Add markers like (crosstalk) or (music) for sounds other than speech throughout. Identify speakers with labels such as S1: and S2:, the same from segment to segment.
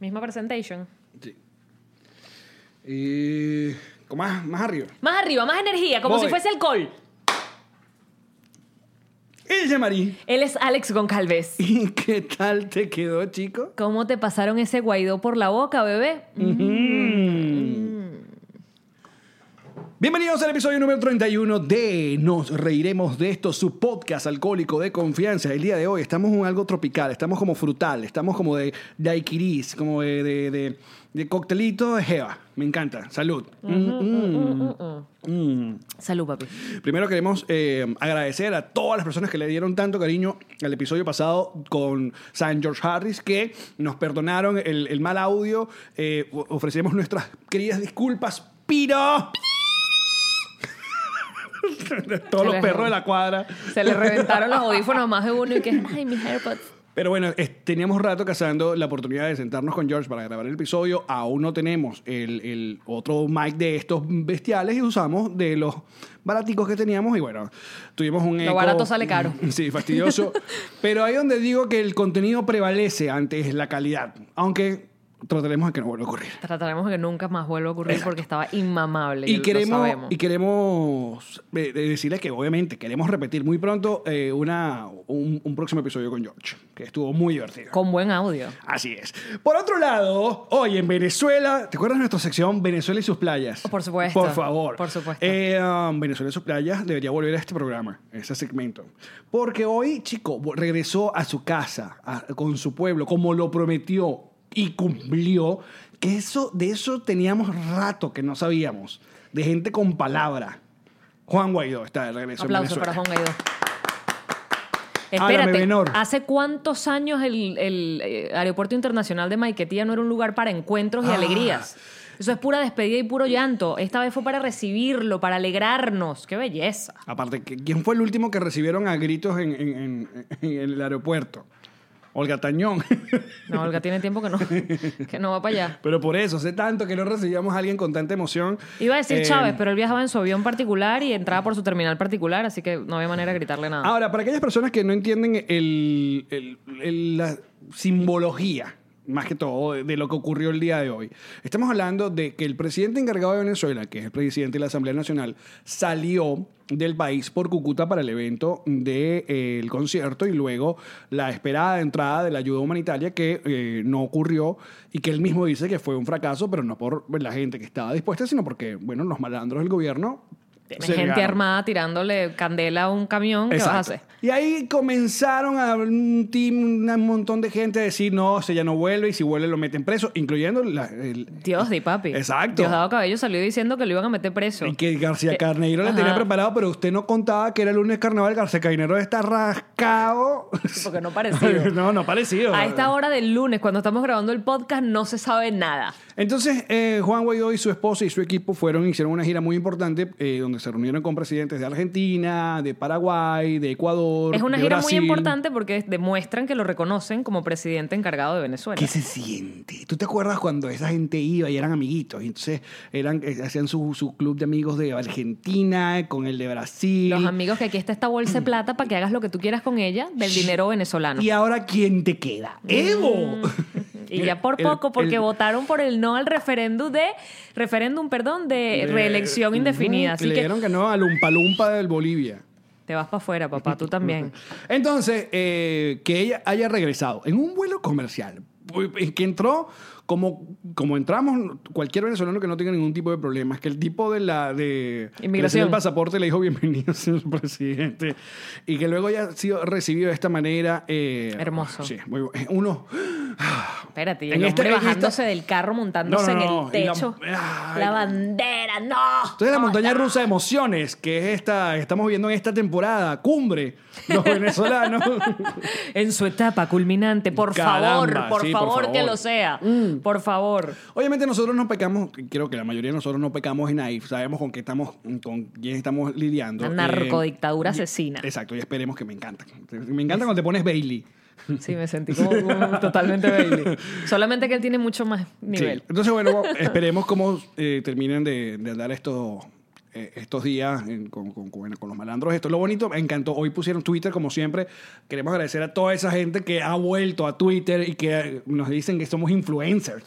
S1: Misma presentation.
S2: Sí. Y. con Más, más arriba.
S1: Más arriba, más energía, como
S2: Voy.
S1: si fuese alcohol.
S2: Ella, Marí.
S1: Él es Alex Goncalves.
S2: ¿Y qué tal te quedó, chico?
S1: ¿Cómo te pasaron ese guaidó por la boca, bebé? Mm.
S2: Bienvenidos al episodio número 31 de Nos Reiremos de Esto, su podcast alcohólico de confianza. El día de hoy estamos en algo tropical, estamos como frutal, estamos como de daiquiris, como de, de, de- de coctelito de jeva. Me encanta. Salud. Mm, mm, mm.
S1: Salud, papi.
S2: Primero queremos eh, agradecer a todas las personas que le dieron tanto cariño al episodio pasado con San George Harris, que nos perdonaron el, el mal audio. Eh, o- ofrecemos nuestras queridas disculpas, piro. (laughs) Todos los
S1: les-
S2: perros de la cuadra.
S1: Se le reventaron los audífonos más de uno y que, ay, mis AirPods.
S2: Pero bueno, es- teníamos rato cazando la oportunidad de sentarnos con George para grabar el episodio. Aún no tenemos el, el otro mic de estos bestiales y usamos de los baraticos que teníamos. Y bueno, tuvimos un
S1: Lo
S2: eco-
S1: barato
S2: (laughs)
S1: sale caro.
S2: Sí, fastidioso. Pero ahí donde digo que el contenido prevalece antes la calidad. Aunque trataremos de que no vuelva a ocurrir.
S1: Trataremos de que nunca más vuelva a ocurrir porque estaba inmamable.
S2: Y
S1: lo
S2: queremos,
S1: sabemos.
S2: y queremos eh, de- decirles que obviamente queremos repetir muy pronto eh, una, un, un próximo episodio con George, que estuvo muy divertido.
S1: Con buen audio.
S2: Así es. Por otro lado, hoy en Venezuela, ¿te acuerdas de nuestra sección Venezuela y sus playas?
S1: Por supuesto.
S2: Por favor.
S1: Por supuesto.
S2: Eh, um, Venezuela y sus playas debería volver a este programa, a ese segmento. Porque hoy, chico, vo- regresó a su casa, a- con su pueblo, como lo prometió y cumplió, que eso, de eso teníamos rato que no sabíamos, de gente con palabra. Juan Guaidó está de regreso. en
S1: Aplausos para
S2: Venezuela.
S1: Juan Guaidó.
S2: (laughs) Háblame,
S1: Espérate,
S2: Benor.
S1: ¿hace cuántos años el, el, eh, Aeropuerto Internacional de Maiquetía no era un lugar para encuentros y
S2: Ah.
S1: alegrías? Eso es pura despedida y puro llanto. Esta vez fue para recibirlo, para alegrarnos. ¡Qué belleza!
S2: Aparte, ¿qu- ¿quién fue el último que recibieron a gritos en, en- en- en el aeropuerto? Olga Tañón. (laughs)
S1: No, Olga tiene tiempo que no, que no va para allá.
S2: pero por eso, hace tanto que no recibíamos a alguien con tanta emoción.
S1: Iba a decir
S2: Eh,
S1: Chávez, pero él viajaba en su avión particular y entraba por su terminal particular, así que no había manera de gritarle nada.
S2: Ahora, para aquellas personas que no entienden el- el- el- la simbología, más que todo, de, de lo que ocurrió el día de hoy, estamos hablando de que el presidente encargado de Venezuela, que es el presidente de la Asamblea Nacional, salió del país por Cúcuta para el evento del concierto y luego la esperada entrada de la ayuda humanitaria que eh, no ocurrió y que él mismo dice que fue un fracaso, pero no por la gente que estaba dispuesta, sino porque, bueno, los malandros del gobierno...
S1: Tiene
S2: se
S1: gente
S2: negaron.
S1: armada tirándole candela a un camión. ¿Qué vas a
S2: Exacto.
S1: hacer?
S2: Y ahí comenzaron a un team, un montón de gente a decir, no, ese ya no vuelve, y si vuelve lo meten preso, incluyendo la- el-
S1: Dios di papi.
S2: Exacto.
S1: Diosdado Cabello salió diciendo que lo iban a meter preso.
S2: y que García
S1: Que-
S2: Carneiro la
S1: Eh, Ajá.
S2: tenía preparado, pero usted no contaba que era el lunes carnaval, García Carneiro
S1: (laughs)
S2: está rascado.
S1: Porque no parecido.
S2: (laughs) no, no parecido.
S1: A esta hora del lunes, cuando estamos grabando el podcast, no se sabe nada.
S2: Entonces, eh, Juan Guaidó y su esposa y su equipo fueron hicieron una gira muy importante eh, donde se reunieron con presidentes de Argentina, de Paraguay, de Ecuador.
S1: Es una
S2: de
S1: gira
S2: Brasil.
S1: muy importante porque demuestran que lo reconocen como presidente encargado de Venezuela.
S2: ¿Qué se siente? ¿Tú te acuerdas cuando esa gente iba y eran amiguitos? Y entonces eran, eh, hacían su, su club de amigos de Argentina, eh, con el de Brasil.
S1: Los amigos que aquí está esta bolsa de plata para que hagas lo que tú quieras con ella del dinero venezolano.
S2: Y ahora, ¿quién te queda? ¡Evo!
S1: Y ya por
S2: El-
S1: poco, porque
S2: el-
S1: votaron por el no al referéndum de referéndum, perdón, de,
S2: de-
S1: Eh, reelección
S2: Ujú,
S1: indefinida.
S2: (laughs) le
S1: Así que
S2: dijeron que no al Umpalumpa del Bolivia.
S1: te vas para afuera, papá, tú también.
S2: Entonces, eh, que ella haya regresado en un vuelo comercial, en que entró como, como entramos cualquier venezolano que no tenga ningún tipo de problemas, que el tipo de la de que le
S1: Inmigración.
S2: salió el pasaporte le dijo bienvenido, (laughs) señor presidente, y que luego haya sido recibido de esta manera. eh,
S1: Hermoso.
S2: Sí, muy bu- eh, uno.
S1: Espérate, y
S2: En
S1: el
S2: este-
S1: hombre
S2: en esta-
S1: bajándose del carro, montándose
S2: No, no, no,
S1: en
S2: y
S1: el
S2: la-
S1: techo. La,
S2: Ay.
S1: bandera, no.
S2: Entonces, la
S1: ¿Cómo
S2: montaña
S1: está?
S2: rusa de emociones, que es esta, que estamos viendo en esta temporada, cumbre,
S1: (laughs)
S2: los venezolanos.
S1: En su etapa culminante, por
S2: Caramba,
S1: favor, por
S2: sí, por
S1: favor, que
S2: favor. Mm.
S1: lo sea. Por favor.
S2: Obviamente nosotros no pecamos, creo que la mayoría de nosotros no pecamos en ahí, sabemos con qué estamos, con quién estamos lidiando.
S1: Una
S2: Eh,
S1: narcodictadura
S2: y-
S1: asesina.
S2: Exacto, y esperemos que me encanta. Me encanta cuando te pones Bailey.
S1: Sí, me sentí como,
S2: (laughs)
S1: como totalmente Bailey. Solamente que él tiene mucho más nivel.
S2: Sí. Entonces, bueno, esperemos cómo eh, terminen de, de andar estos eh, estos días en- con, con- con- con los malandros. Esto es lo bonito, me encantó. Hoy pusieron Twitter, como siempre. Queremos agradecer a toda esa gente que ha vuelto a Twitter y que eh, nos dicen que somos influencers.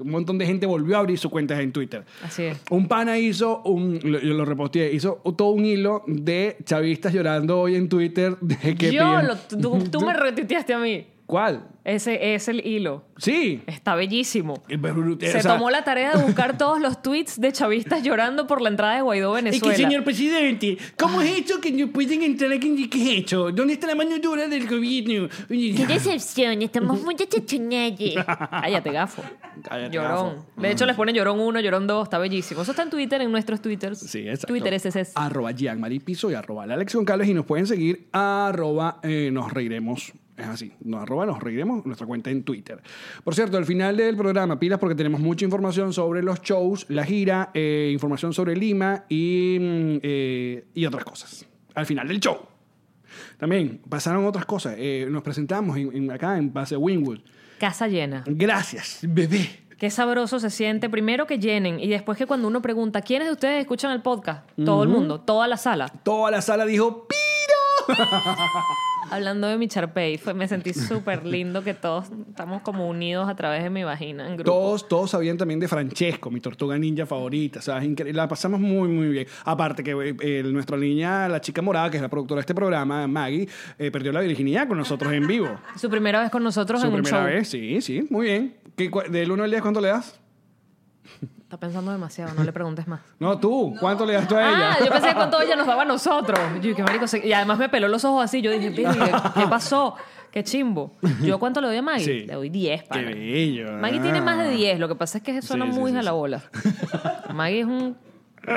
S2: Un montón de gente volvió a abrir sus cuentas en Twitter.
S1: Así es.
S2: Un pana hizo un, lo- yo lo reposteé, hizo todo un hilo de chavistas llorando hoy en Twitter. De que
S1: Yo,
S2: piden-
S1: lo- tú, tú
S2: (laughs)
S1: me retuiteaste a mí.
S2: ¿Cuál?
S1: Ese es el hilo.
S2: Sí.
S1: Está bellísimo.
S2: El Perú-
S1: Se
S2: Eh, o sea,
S1: tomó la tarea de buscar todos los tweets de chavistas llorando por la entrada de Guaidó a
S2: (laughs) Y
S1: Venezuela.
S2: que, señor presidente, ¿cómo es esto que no pueden entrar aquí? ¿Qué es esto? ¿Dónde está la mano dura del gobierno?
S3: Qué decepción, estamos muy chachuñalles.
S1: (laughs) Cállate, gafo.
S2: Cállate,
S1: llorón.
S2: gafo. Mm.
S1: De hecho, les ponen llorón 1, llorón 2. Está bellísimo. Eso está en Twitter, en nuestros Twitters.
S2: Sí, exacto. Ah.
S1: Twitter es ese.
S2: Arroba Gianmari Piso y arroba la Alex Goncalves y nos pueden seguir arroba eh, nos reiremos. Es así, nos arroba nos reiremos, nuestra cuenta en Twitter. Por cierto, al final del programa, pilas porque tenemos mucha información sobre los shows, la gira, eh, información sobre Lima y, mm, eh, y otras cosas. Al final del show. También pasaron otras cosas. Eh, nos presentamos en- en- acá en base Wynwood.
S1: Casa llena.
S2: Gracias, bebé.
S1: Qué sabroso se siente. Primero que llenen y después que cuando uno pregunta, ¿quiénes de ustedes escuchan el podcast? Todo el mundo, toda la sala.
S2: Toda la sala dijo, "Pi".
S1: Hablando de mi Charpey, fue, me sentí súper lindo que todos estamos como unidos a través de mi vagina en grupo.
S2: Todos, todos sabían también de Francesco, mi tortuga ninja favorita, ¿sabes? Incre- La pasamos muy, muy bien. Aparte que eh, eh, nuestra niña, la chica morada, que es la productora de este programa, Maggie, eh, perdió la virginidad con nosotros
S1: (laughs)
S2: en vivo.
S1: Su primera vez con nosotros
S2: Su
S1: en un
S2: primera
S1: show.
S2: vez, sí, sí, muy bien. ¿Qué, cua- ¿Del 1 al 10 cuánto le das?
S1: Está pensando demasiado, no le preguntes más.
S2: No, tú, ¿cuánto le das tú a ella?
S1: Ah, yo pensé que cuánto ella nos daba a nosotros. Yo, qué marico. se- Y además me peló los ojos así. Yo dije, "Pili,
S2: (laughs)
S1: ¿qué pasó? Qué chimbo. ¿Yo cuánto le doy a Maggie?
S2: Sí.
S1: Le doy 10,
S2: (laughs) Qué
S1: pana.
S2: bello.
S1: Maggie
S2: ah.
S1: tiene más de 10. Lo que pasa es que suena
S2: Sí, sí,
S1: muy
S2: sí,
S1: a la
S2: sí.
S1: bola. Maggie es un-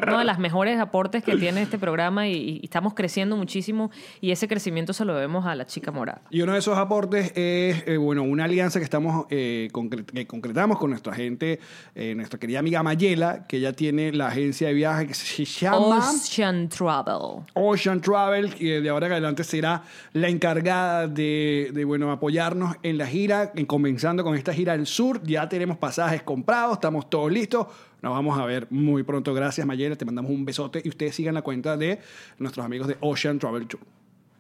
S1: uno de los mejores aportes que tiene este programa y, y estamos creciendo muchísimo. Y ese crecimiento se lo debemos a la chica morada.
S2: Y uno de esos aportes es, eh, bueno, una alianza que estamos eh, concre- que concretamos con nuestra gente, eh, nuestra querida amiga Mayela, que ella tiene la agencia de viajes que se llama...
S1: Oh, Ocean Travel.
S2: Ocean Travel, que de ahora en adelante será la encargada de, de, bueno, apoyarnos en la gira, y comenzando con esta gira al sur. Ya tenemos pasajes comprados, estamos todos listos. Nos vamos a ver muy pronto. Gracias, Mayela. Te mandamos un besote y ustedes sigan la cuenta de nuestros amigos de Ocean Travel Tour.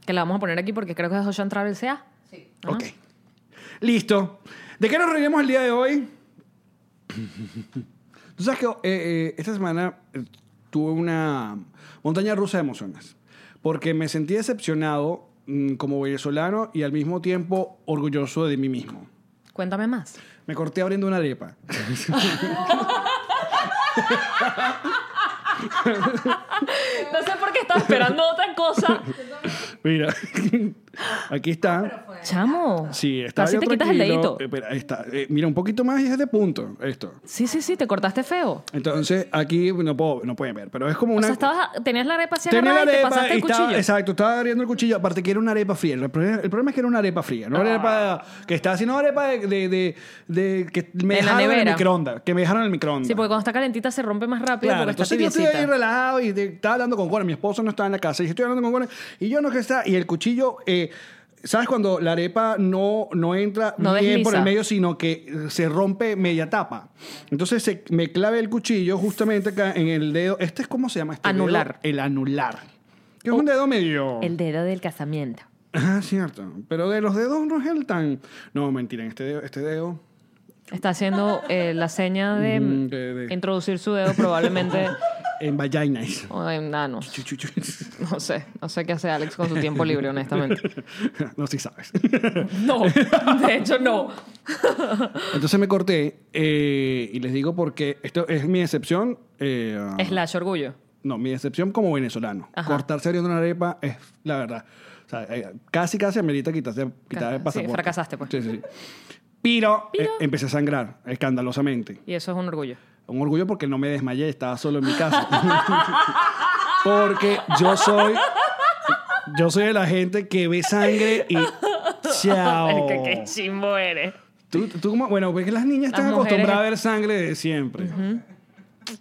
S1: Que la vamos a poner aquí porque creo que es Ocean Travel sea. Sí.
S2: Ok. Listo. ¿De qué nos reiremos el día de hoy? (laughs) Tú sabes que eh, eh, esta semana eh, tuve una montaña rusa de emociones. Porque me sentí decepcionado mm, como venezolano y al mismo tiempo orgulloso de mí mismo.
S1: Cuéntame más.
S2: Me corté abriendo una arepa.
S1: No sé por qué estaba esperando otra cosa.
S2: (laughs) Mira, (laughs) aquí está.
S1: Chamo.
S2: Sí, está. Eh,
S1: Casi te quitas el dedito.
S2: mira, un poquito más y es de punto esto.
S1: Sí, sí, sí, te cortaste feo.
S2: Entonces, aquí no, puedo, no pueden ver, pero es como
S1: O
S2: una...
S1: sea, estabas, tenías la arepa así
S2: Tenía la
S1: agarrada y te
S2: arepa
S1: pasaste
S2: y
S1: el
S2: estaba-
S1: cuchillo.
S2: exacto, estaba abriendo el cuchillo. Aparte que era una arepa fría. El problema, el problema es que era una arepa fría. No era arepa que estaba, sino arepa de, de- de- de- que me
S1: De Ah. la
S2: dejaron en el
S1: nevera.
S2: microondas. Que me dejaron en el microondas.
S1: Sí, porque cuando está calentita se rompe más rápido
S2: Claro,
S1: porque está
S2: entonces yo estoy ahí
S1: tibiecita.
S2: relajado y de- estaba hablando con Juan, mi esposo no estaba en la casa, y yo estoy hablando con Juan, y yo no que está, y el cuchillo, eh, ¿sabes cuando la arepa no, no entra
S1: No
S2: bien por
S1: desliza.
S2: el medio, sino que eh, se rompe media tapa? Entonces se- me clave el cuchillo justamente acá en el dedo, ¿este es cómo se llama? Este
S1: Anular. Oh,
S2: dedo? el anular. Que es un dedo medio...
S1: El dedo del casamiento.
S2: Ah, cierto. Pero de los dedos no es el tan... No, mentira, este dedo... Este dedo...
S1: Está haciendo eh, la seña de,
S2: Mm, de- de-
S1: introducir su dedo probablemente
S2: En vagina.
S1: o en nanos. No sé, no sé qué hace Alex con su tiempo libre,
S2: (laughs)
S1: honestamente.
S2: (laughs) no, si sabes.
S1: No, de hecho no.
S2: Entonces me corté eh, y les digo porque esto es mi decepción. eh, ah,
S1: Slash orgullo.
S2: no, mi decepción como venezolano.
S1: Ajá.
S2: Cortarse abriendo una arepa es la verdad. O sea, eh, casi, casi amerita quitarse, quitar el
S1: Sí,
S2: pasaporte.
S1: fracasaste, pues.
S2: Sí, sí, sí. Pero, eh, empecé a sangrar escandalosamente.
S1: Y eso es un orgullo.
S2: Un orgullo porque no me desmayé, estaba solo en mi casa. (laughs) porque yo soy. Yo soy de la gente que ve sangre
S1: (laughs)
S2: y. ¡Chao!
S1: Marico, qué chimbo eres.
S2: ¿Tú, tú cómo? Bueno, porque las niñas
S1: Las
S2: están
S1: mujeres-
S2: acostumbradas a ver sangre de siempre.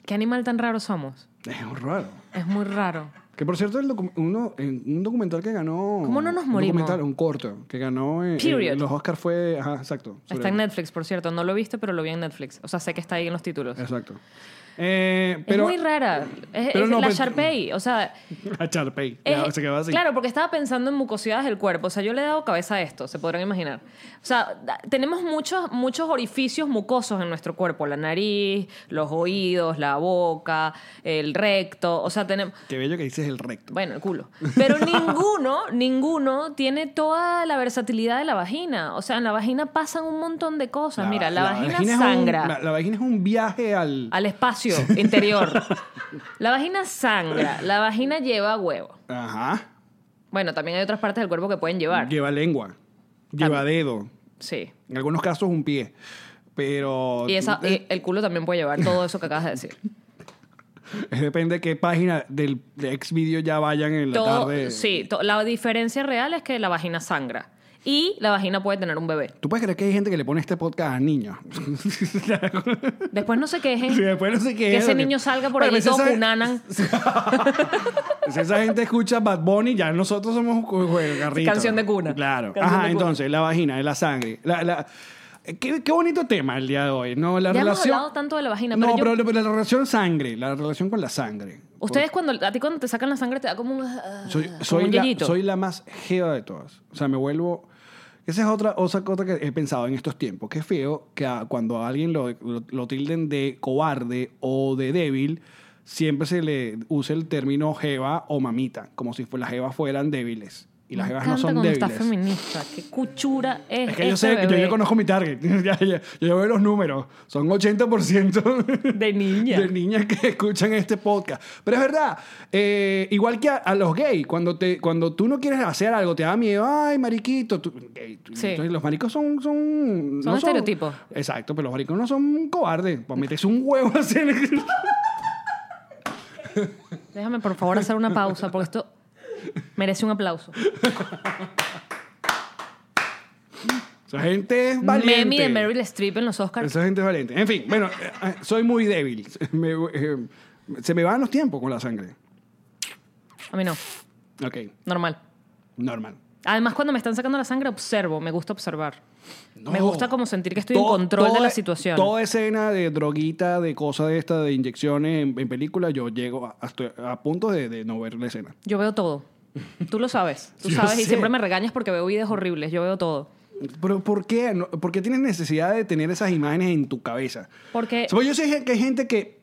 S1: ¿Qué animal tan raro somos?
S2: Es raro.
S1: Es muy raro.
S2: Que por cierto, el docu- uno, en un documental que ganó.
S1: ¿Cómo no nos
S2: un
S1: morimos?
S2: documental, un corto que ganó. en- en
S1: Period.
S2: los Oscars fue. Ajá, exacto. sobre-
S1: Está en Netflix, por cierto. No lo he visto, pero lo vi en Netflix. O sea, sé que está ahí en los títulos.
S2: Exacto. Eh, pero,
S1: es
S2: (laughs)
S1: muy rara. Es,
S2: pero
S1: es
S2: no, pues,
S1: la
S2: pero-
S1: Sharpay. O sea,
S2: A Charpey.
S1: es-
S2: se quedó así.
S1: claro, porque estaba pensando en mucosidades del cuerpo. O sea, yo le he dado cabeza a esto, se podrán imaginar. O sea, da- tenemos muchos, muchos orificios mucosos en nuestro cuerpo. La nariz, los oídos, la boca, el recto. O sea, tenemos...
S2: Qué bello que dices el recto.
S1: Bueno, el culo.
S2: (laughs)
S1: Pero ninguno, ninguno tiene toda la versatilidad de la vagina. O sea, en la vagina pasan un montón de cosas. Mira, la, vagina,
S2: es un-
S1: sangra
S2: la, la vagina es un viaje al.
S1: al espacio interior.
S2: (laughs)
S1: La vagina sangra, la vagina lleva huevo.
S2: Ajá.
S1: Bueno, también hay otras partes del cuerpo que pueden llevar.
S2: Lleva lengua. Lleva dedo.
S1: Sí.
S2: En algunos casos un pie. Pero.
S1: Y, esa, y el culo también puede llevar todo eso que acabas de decir.
S2: Es (laughs) Depende de qué página del ex vídeo ya vayan en (laughs) la
S1: Todo,
S2: tarde.
S1: sí, to- la diferencia real es que la vagina sangra y la vagina puede tener un bebé.
S2: ¿Tú puedes creer que hay gente que le pone este podcast a niños? (laughs)
S1: Después no se quejen.
S2: Sí, después no sé qué
S1: Que
S2: es,
S1: ese
S2: ok.
S1: niño salga por
S2: Pero
S1: ahí
S2: pues
S1: todo
S2: esa-
S1: punanan.
S2: (laughs) si esa gente escucha Bad Bunny, ya nosotros somos cu- cu- garritos.
S1: Canción de cuna.
S2: Claro.
S1: Canción
S2: Ajá,
S1: de cuna.
S2: entonces, la vagina, la sangre. La, la- Qué, qué bonito tema el día de hoy, ¿no? La
S1: Ya hemos
S2: relación...
S1: hablado tanto de la vagina,
S2: No,
S1: pero yo-
S2: pero, la- pero la relación sangre, la relación con la sangre.
S1: Ustedes cuando a ti cuando te sacan la sangre te da como un ah,
S2: Soy,
S1: como
S2: soy,
S1: un
S2: la,
S1: yeyito.
S2: soy la más jeva de todas. O sea, me vuelvo... Esa es otra, otra cosa que he pensado en estos tiempos. Qué feo que a- cuando a alguien lo, lo- lo tilden de cobarde o de débil, siempre se le usa el término jeva o mamita, como si fu- las jevas fueran débiles. Y las
S1: Me
S2: jevas no
S1: encanta
S2: son
S1: cuando estás
S2: débiles.
S1: feminista, qué cuchura es
S2: Es que yo
S1: ese
S2: sé, yo,
S1: bebé
S2: yo conozco mi target. (laughs) Ya- ya- yo veo los números. Son 80%
S1: de niña.
S2: de niñas que (laughs) escuchan este podcast. Pero es verdad, eh, igual que a, a los gays, cuando, te, cuando tú no quieres hacer algo, te da miedo, ay, mariquito. tú- gay, tú-
S1: Sí.
S2: entonces los maricos son... Son,
S1: Son estereotipos.
S2: Exacto, pero los maricos no son cobardes. Pues metes un huevo (laughs) así en el-
S1: Déjame, por favor, hacer una pausa, porque esto merece un aplauso.
S2: Esa gente es valiente.
S1: Memi de Meryl Streep en los Oscars.
S2: Esa gente es valiente. En fin, bueno, eh, eh, soy muy débil. (laughs) Me- eh, se me van los tiempos con la sangre.
S1: A mí no,
S2: Ok,
S1: normal.
S2: normal.
S1: Además, cuando me están sacando la sangre, observo, me gusta observar.
S2: No.
S1: Me gusta como sentir que estoy en
S2: Todo- e-
S1: control de
S2: toda-
S1: la situación.
S2: Toda escena de droguita, de cosas de esta, de inyecciones en, en película, yo llego a, hasta- a punto de, de no ver la escena.
S1: Yo veo todo. Tú lo sabes. Tú
S2: e- (laughs) Yo
S1: sabes y
S2: sé.
S1: siempre me regañas porque veo videos horribles. Yo veo todo.
S2: Pero ¿por qué? No- ¿Por qué tienes necesidad de tener esas imágenes en tu cabeza?
S1: Porque
S2: Supongo, yo sé gen- que hay gente que,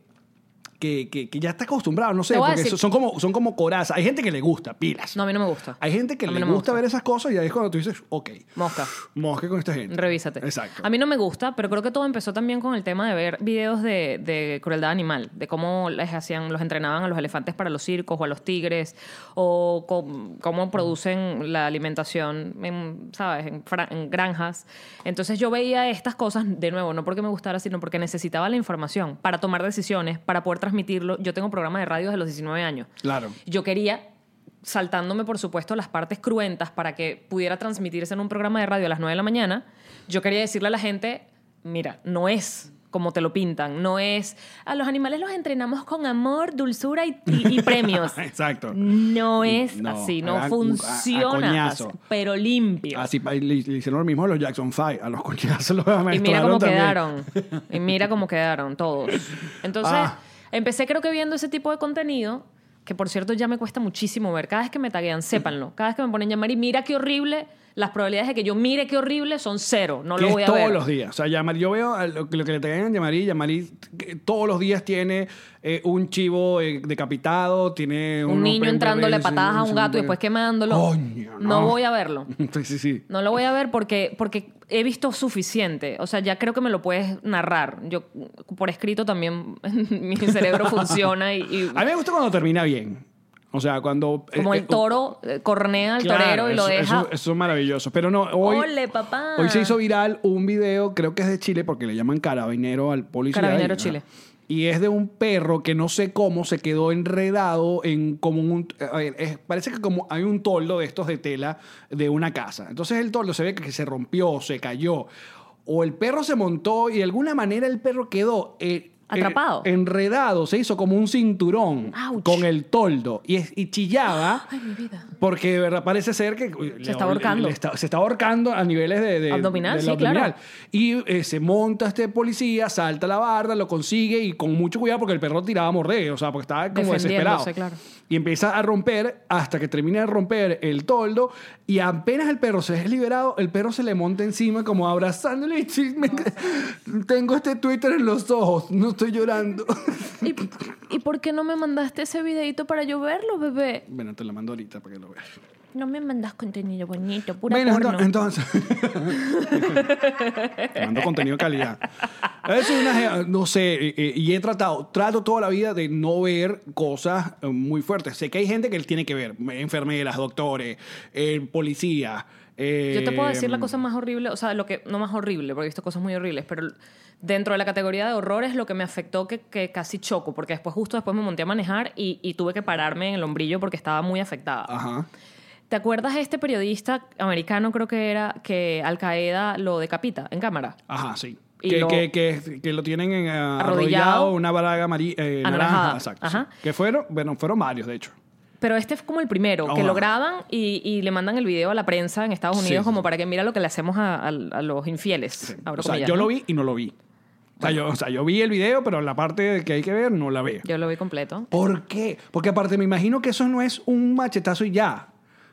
S2: que, que- que ya está acostumbrada, no sé,
S1: Te voy a
S2: porque
S1: decir-
S2: so- son, como, son como coraza. Hay gente que le gusta, pilas.
S1: no, a mí no me gusta.
S2: Hay gente que
S1: A mí
S2: le
S1: no me
S2: gusta,
S1: gusta.
S2: ver esas cosas y ahí es cuando tú dices, ok,
S1: Mosca.
S2: mosque con esta gente.
S1: Revísate.
S2: Exacto.
S1: A mí no me gusta, pero creo que todo empezó también con el tema de ver videos de, de crueldad animal, de cómo les hacían, los entrenaban a los elefantes para los circos o a los tigres, o com- cómo producen la alimentación, en, ¿sabes?, en, fra- en granjas. Entonces yo veía estas cosas, de nuevo, no porque me gustara, sino porque necesitaba la información para tomar decisiones, para poder transmitirlo. Yo tengo programa de radio desde los 19 años. (laughs)
S2: Claro.
S1: Yo quería, saltándome por supuesto las partes cruentas para que pudiera transmitirse en un programa de radio a las 9 de la mañana, yo quería decirle a la gente, mira, no es como te lo pintan, no es, a los animales los entrenamos con amor, dulzura y, y- y
S2: (laughs)
S1: premios.
S2: Exacto.
S1: No es
S2: No,
S1: así, no
S2: a- a- a
S1: funciona,
S2: coñazo.
S1: pero limpio.
S2: Así Ah, pa- le, le hicieron lo mismo a los Jackson Five, a los coñazos (laughs) los
S1: Y mira
S2: amaestraron
S1: cómo
S2: Pues también.
S1: quedaron. Y mira cómo quedaron
S2: (laughs)
S1: todos. Entonces,
S2: Ah.
S1: empecé creo que viendo ese tipo de contenido, que por cierto ya me cuesta muchísimo ver. Cada vez que me taguean,
S2: (laughs)
S1: sépanlo. Cada vez que me ponen llamar y mira qué horrible, las probabilidades de que yo mire qué horrible son cero. No
S2: que
S1: lo voy
S2: es
S1: a
S2: todos
S1: ver.
S2: los días. O sea, Yamari- yo veo a lo, lo que le traigan a Yamari, Yamari que todos los días tiene eh, un chivo eh, decapitado, tiene
S1: Un niño entrándole
S2: a
S1: patadas a un gato y después quemándolo.
S2: Coño,
S1: no
S2: no.
S1: voy a verlo.
S2: (laughs) Sí, sí, sí.
S1: No lo voy a ver porque, porque he visto suficiente. O sea, ya creo que me lo puedes narrar. Yo, por escrito también, (laughs) mi cerebro funciona y, y-
S2: (laughs) A mí me gusta cuando termina bien. O sea, cuando...
S1: Como
S2: eh,
S1: el
S2: eh,
S1: toro eh, cornea al
S2: claro,
S1: torero y lo
S2: eso-
S1: deja.
S2: Eso, eso es maravilloso. Pero no, hoy...
S1: Ole, papá.
S2: Hoy se hizo viral un video, creo que es de Chile, porque le llaman carabinero al policía.
S1: Carabinero
S2: ahí, ¿no?
S1: Chile.
S2: Y es de un perro que no sé cómo se quedó enredado en como un... a ver, es- parece que como hay un toldo de estos de tela de una casa. Entonces el toldo se ve que se rompió, se cayó. O el perro se montó y de alguna manera el perro quedó eh,
S1: Atrapado.
S2: en- enredado, se hizo como un cinturón
S1: Ouch.
S2: con el toldo y, es- y chillaba.
S1: Ay, mi vida.
S2: Porque de verdad parece ser que uy, le-
S1: está ahorcando.
S2: le está- se está ahorcando a niveles de, de-
S1: Abdominal,
S2: del
S1: sí, claro.
S2: Y eh, se monta este policía, salta la barda, lo consigue y con mucho cuidado porque el perro tiraba a morder, o sea, porque estaba como desesperado.
S1: Defendiéndose, claro.
S2: Y empieza a romper hasta que termina de romper el toldo y apenas el perro se es liberado, el perro se le monta encima como abrazándole y sí, me- (laughs) tengo este Twitter en los ojos, no estoy llorando. (laughs)
S1: ¿Y, y por qué no me mandaste ese videito para yo verlo, bebé?
S2: bueno, te lo mando ahorita para que lo veas.
S3: No me mandas contenido bonito, pura
S2: Bueno,
S3: porno.
S2: ento-
S1: (laughs)
S2: entonces. (laughs) Te mando contenido de calidad. A veces una jeva- no sé, eh, eh, y he tratado, trato toda la vida de no ver cosas eh, muy fuertes. Sé que hay gente que tiene que ver, enfermeras, doctores, eh, policías.
S1: Yo te puedo
S2: eh,
S1: decir la cosa más horrible, o sea, lo que no más horrible, porque he visto cosas muy horribles, pero dentro de la categoría de horrores lo que me afectó que, que casi choco, porque después justo después me monté a manejar y, y tuve que pararme en el hombrillo porque estaba muy afectada.
S2: Ajá.
S1: ¿Te acuerdas de este periodista americano, creo que era, que Al Qaeda lo decapita en cámara?
S2: Ajá, sí.
S1: Y
S2: Que,
S1: lo-
S2: que, que, que lo tienen en, eh, arrodillado,
S1: Arrodillado.
S2: una baraga amarilla, eh,
S1: Anaranjada.
S2: naranja, exacto. sí.
S1: Ajá.
S2: Que fueron, bueno, fueron varios, de hecho.
S1: Pero este es como el primero, que
S2: Ajá.
S1: lo graban y, y le mandan el video a la prensa en Estados
S2: Oh, Sí,
S1: Unidos
S2: sí,
S1: como
S2: sí.
S1: para que mira lo que le hacemos a, a- a los infieles.
S2: Sí.
S1: abro
S2: O sea,
S1: comillas,
S2: yo
S1: ¿no?
S2: lo vi y no lo vi. O sea, yo, o sea, yo vi el video, pero la parte que hay que ver no la veo.
S1: Yo lo vi completo.
S2: ¿Por qué? Porque aparte me imagino que eso no es un machetazo y ya.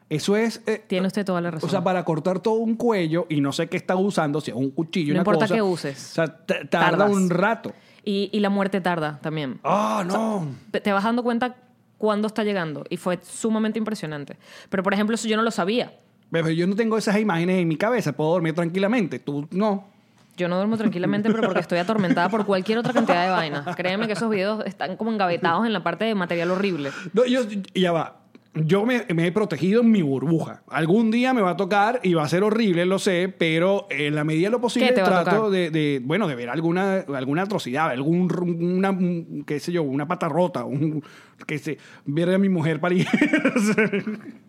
S2: Eso es... eh,
S1: Tiene usted toda la razón.
S2: o sea, para cortar todo un cuello y no sé qué está usando, si es un cuchillo,
S1: No
S2: una
S1: importa
S2: cosa,
S1: qué uses.
S2: O sea, t- tarda
S1: Tardas.
S2: un rato.
S1: y, y la muerte tarda también.
S2: ¡Ah, no!
S1: te- te vas dando cuenta cuándo está llegando y fue sumamente impresionante. Pero por ejemplo, eso yo no lo sabía.
S2: Bebé, yo no tengo esas imágenes en mi cabeza. Puedo dormir tranquilamente. Tú no.
S1: Yo no duermo tranquilamente, pero porque estoy atormentada por cualquier otra cantidad de vainas. Créeme que esos videos están como engavetados en la parte de material horrible.
S2: No, yo, ya va. Yo me, me he protegido en mi burbuja. Algún día me va a tocar y va a ser horrible, lo sé, pero en la medida de lo posible
S1: ¿Qué te va a
S2: trato
S1: tocar?
S2: de, de, bueno, de ver alguna, alguna atrocidad, algún, r- una, un- qué sé yo, una pata rota, un, que se, ver a mi mujer parir.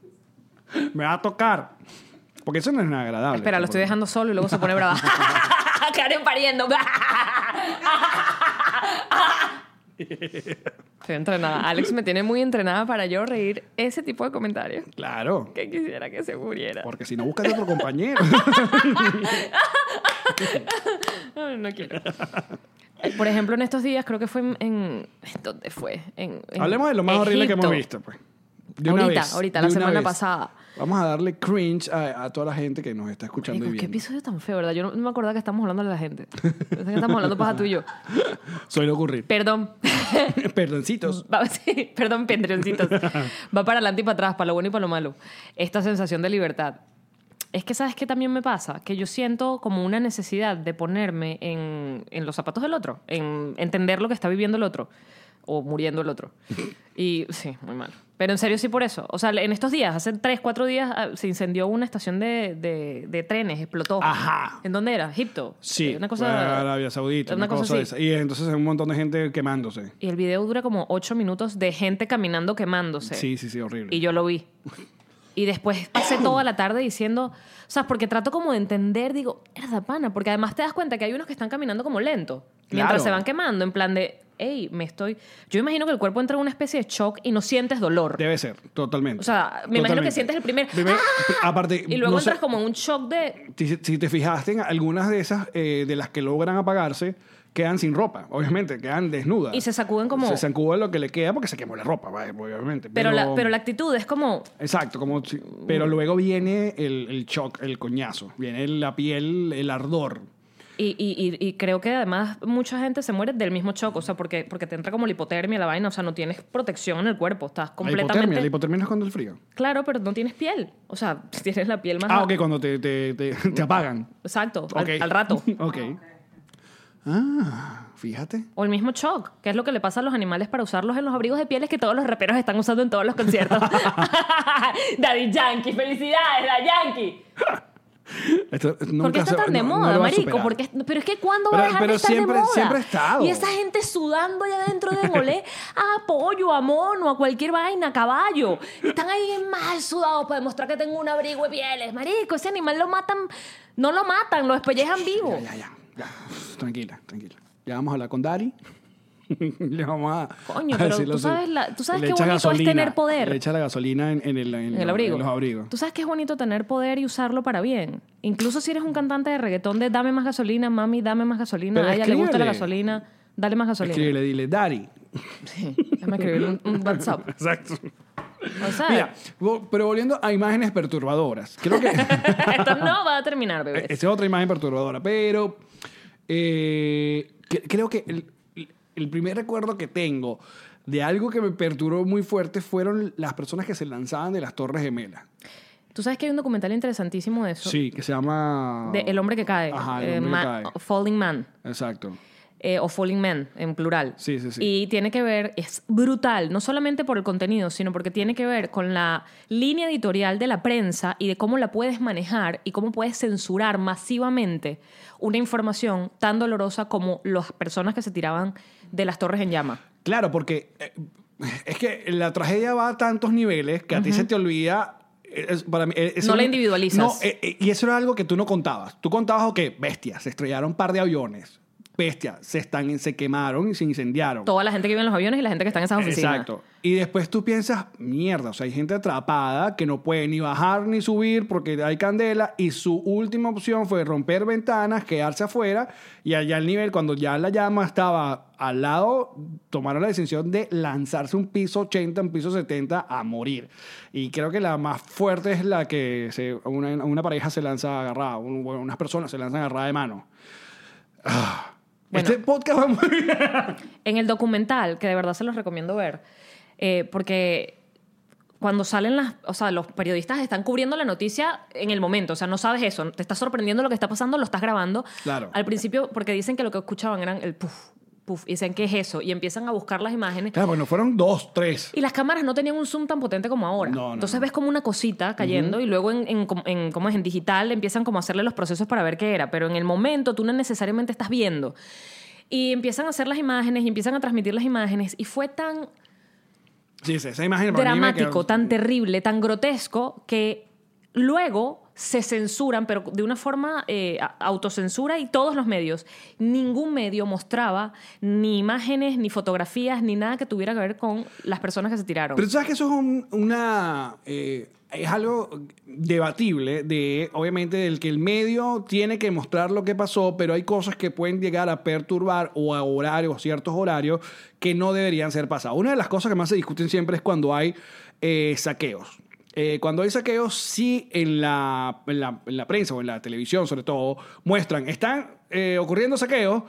S2: (laughs) me va a tocar. Porque eso no es nada agradable. pues,
S1: Espera, lo estoy dejando solo y luego se pone brava. Karen pariendo. (laughs) estoy entrenada. Alex me tiene muy entrenada para yo reír ese tipo de comentarios.
S2: Claro.
S1: Que quisiera que se muriera.
S2: Porque si no, búscate otro compañero.
S1: Ay, No
S2: (laughs)
S1: quiero. Eh, Por ejemplo, en estos días, creo que fue en. en- ¿Dónde fue? En, en
S2: Hablemos de lo más horrible que hemos
S1: Egipto.
S2: visto, pues. De una
S1: Ahorita,
S2: vez,
S1: ahorita,
S2: de
S1: la
S2: una
S1: semana pasada.
S2: Vamos a darle cringe a, a toda la gente que nos está escuchando
S1: Marico,
S2: y
S1: qué
S2: viendo.
S1: episodio tan feo, ¿verdad? Yo no, no me acordaba que estamos hablando de la gente. Pensé que estamos hablando paja tú y yo.
S2: Suele ocurrir.
S1: Perdón.
S2: (laughs) Perdoncitos.
S1: (laughs) Va- sí, perdón,
S2: (laughs)
S1: pendrencitos. Va para adelante y para atrás, para lo bueno y para lo malo. Esta sensación de libertad. Es que, ¿sabes qué también me pasa? Que yo siento como una necesidad de ponerme en, en los zapatos del otro, en entender lo que está viviendo el otro o muriendo el
S2: (laughs)
S1: otro. Y sí, muy mal. Pero en serio, sí, por eso. O sea, en estos días, hace tres, cuatro días, ah, se incendió una estación de, de- de trenes, explotó.
S2: Ajá.
S1: ¿En dónde era? ¿Egipto?
S2: Sí.
S1: Eh, Una cosa.
S2: Arabia Saudita.
S1: una cosa
S2: de
S1: así.
S2: esa. Y entonces hay un montón de gente quemándose.
S1: Y el video dura como ocho minutos de gente caminando quemándose.
S2: Sí, sí, sí, horrible.
S1: Y yo lo vi. Y después pasé toda la tarde diciendo, o sea, porque trato como de entender, digo, mierda pana, porque además te das cuenta que hay unos que están caminando como lento, mientras
S2: Claro.
S1: se van quemando, en plan de, hey, me estoy... Yo imagino que el cuerpo entra en una especie de shock y no sientes dolor.
S2: Debe ser, totalmente.
S1: O sea, me imagino que sientes el primer- ¡Ah!
S2: Primero- Aparte,
S1: y luego
S2: no sé-
S1: entras como en un shock de...
S2: si, si te fijaste en algunas de esas, eh, de las que logran apagarse, quedan sin ropa, obviamente, quedan desnudas.
S1: Y se sacuden como-
S2: Se sacuden lo que le queda porque se quemó la ropa, va, obviamente.
S1: Pero, la, pero la actitud es como...
S2: Exacto, como si- pero luego viene el, el shock, el coñazo, viene la piel, el ardor.
S1: Y, y- y- y creo que además mucha gente se muere del mismo shock, o sea, porque, porque te entra como la hipotermia, la vaina, o sea, no tienes protección en el cuerpo, estás
S2: La hipotermia,
S1: completamente...
S2: la hipotermia no es cuando el frío.
S1: Claro, pero no tienes piel. O sea, (laughs) tienes la piel más.
S2: Ah, ok, cuando te, te, te- te apagan.
S1: Exacto, al-
S2: Ok.
S1: al, rato.
S2: (laughs) ok. Ah, fíjate.
S1: O el mismo shock, que es lo que le pasa a los animales para usarlos en los abrigos de pieles que todos los raperos están usando en todos los
S2: (laughs)
S1: conciertos. (laughs) Daddy Yankee, felicidades, Daddy Yankee.
S2: Esto
S1: ¿Por qué
S2: nunca
S1: está
S2: se-
S1: tan de
S2: no- no
S1: moda,
S2: lo va a
S1: marico?
S2: superar.
S1: Porque es- pero es que ¿cuándo va
S2: Pero-
S1: a dejar
S2: pero
S1: de estar
S2: siempre-
S1: de moda?
S2: siempre ha estado.
S1: Y esa gente sudando allá adentro de golé (laughs) a pollo, a mono, a cualquier vaina, a caballo. Están ahí mal sudados para demostrar que tengo un abrigo de pieles. Marico, ese animal lo matan... No lo matan, lo despellejan vivo.
S2: Ya, ya, ya. Tranquila, tranquila. Ya vamos a hablar con Dari. (laughs) Le vamos a-
S1: Coño,
S2: a
S1: pero
S2: decirlo
S1: tú
S2: así.
S1: sabes la- tú sabes
S2: Le
S1: qué
S2: echa
S1: bonito es
S2: gasolina,
S1: tener poder.
S2: Le echa la gasolina en, en el, en
S1: En el
S2: los-
S1: abrigo.
S2: en los abrigos.
S1: Tú sabes que es bonito tener poder y usarlo para bien. Incluso si eres un cantante de reggaetón de dame más gasolina, mami, dame más gasolina,
S2: Pero
S1: a ella le gusta la
S2: escríbele.
S1: gasolina, dale más gasolina.
S2: Escríbele, dile, Daddy.
S1: Sí, déjame escribir un, un WhatsApp.
S2: Exacto.
S1: O sea,
S2: Mira, vo- pero volviendo a imágenes perturbadoras. Creo
S1: (laughs)
S2: que (laughs)
S1: esto no va a terminar, bebés.
S2: esa es otra imagen perturbadora, pero eh, que- creo que el, el primer recuerdo que tengo de algo que me perturbó muy fuerte fueron las personas que se lanzaban de las Torres Gemelas.
S1: Tú sabes que hay un documental interesantísimo de eso.
S2: Sí, que se llama...
S1: De El hombre que cae.
S2: Ajá, El
S1: eh,
S2: hombre
S1: Ma-
S2: que cae.
S1: Falling Man.
S2: Exacto.
S1: eh, o Falling Men en plural.
S2: Sí, sí, sí.
S1: Y tiene que ver, es brutal, no solamente por el contenido, sino porque tiene que ver con la línea editorial de la prensa y de cómo la puedes manejar y cómo puedes censurar masivamente una información tan dolorosa como las personas que se tiraban de las torres en llama.
S2: Claro, porque eh, es que la tragedia va a tantos niveles que a ti se te olvida. eh, es- para mí, eh, eso
S1: No la
S2: era-
S1: individualizas.
S2: No, eh, eh, y eso era algo que tú no contabas. Tú contabas, ok, bestia, se estrellaron un par de aviones. Bestia, se, están, se quemaron y se incendiaron.
S1: Toda la gente que vive en los aviones y la gente que está en esas oficinas.
S2: Exacto. Y después tú piensas, mierda, o sea, hay gente atrapada que no puede ni bajar ni subir porque hay candela y su última opción fue romper ventanas, quedarse afuera y allá al nivel, cuando ya la llama estaba al lado, tomaron la decisión de lanzarse un piso 80, un piso 70 a morir. Y creo que la más fuerte es la que se- una, una pareja se lanza agarrada, un- bueno, unas personas se lanzan agarrada de mano. Ah.
S1: Bueno.
S2: este podcast va muy bien.
S1: En el documental, que de verdad se los recomiendo ver, eh, porque cuando salen las, o sea, los periodistas están cubriendo la noticia en el momento, o sea, no sabes eso, te está sorprendiendo lo que está pasando, lo estás grabando.
S2: Claro.
S1: Al principio, porque dicen que lo que escuchaban eran el puff, puff, y dicen, ¿qué es eso? Y empiezan a buscar las imágenes.
S2: Claro, bueno, fueron dos, tres.
S1: Y las cámaras no tenían un zoom tan potente como ahora.
S2: No, no,
S1: Entonces
S2: no.
S1: ves como una cosita cayendo y luego en, en, com- en- ¿cómo es? en digital empiezan como a hacerle los procesos para ver qué era, pero en el momento tú no necesariamente estás viendo. Y empiezan a hacer las imágenes y empiezan a transmitir las imágenes y fue tan
S2: Sí, esa esa imagen para mí me quedó-
S1: dramático, tan terrible, tan grotesco que luego se censuran, pero de una forma eh, a- autocensura y todos los medios. Ningún medio mostraba ni imágenes, ni fotografías, ni nada que tuviera que ver con las personas que se tiraron.
S2: Pero tú sabes que eso es un- una. eh, es algo debatible de, obviamente, del que el medio tiene que mostrar lo que pasó, pero hay cosas que pueden llegar a perturbar o a horarios, ciertos horarios, que no deberían ser pasados. Una de las cosas que más se discuten siempre es cuando hay eh, saqueos. Eh, cuando hay saqueos, sí en la, en, la, en la prensa o en la televisión, sobre todo, muestran, están eh, ocurriendo saqueos,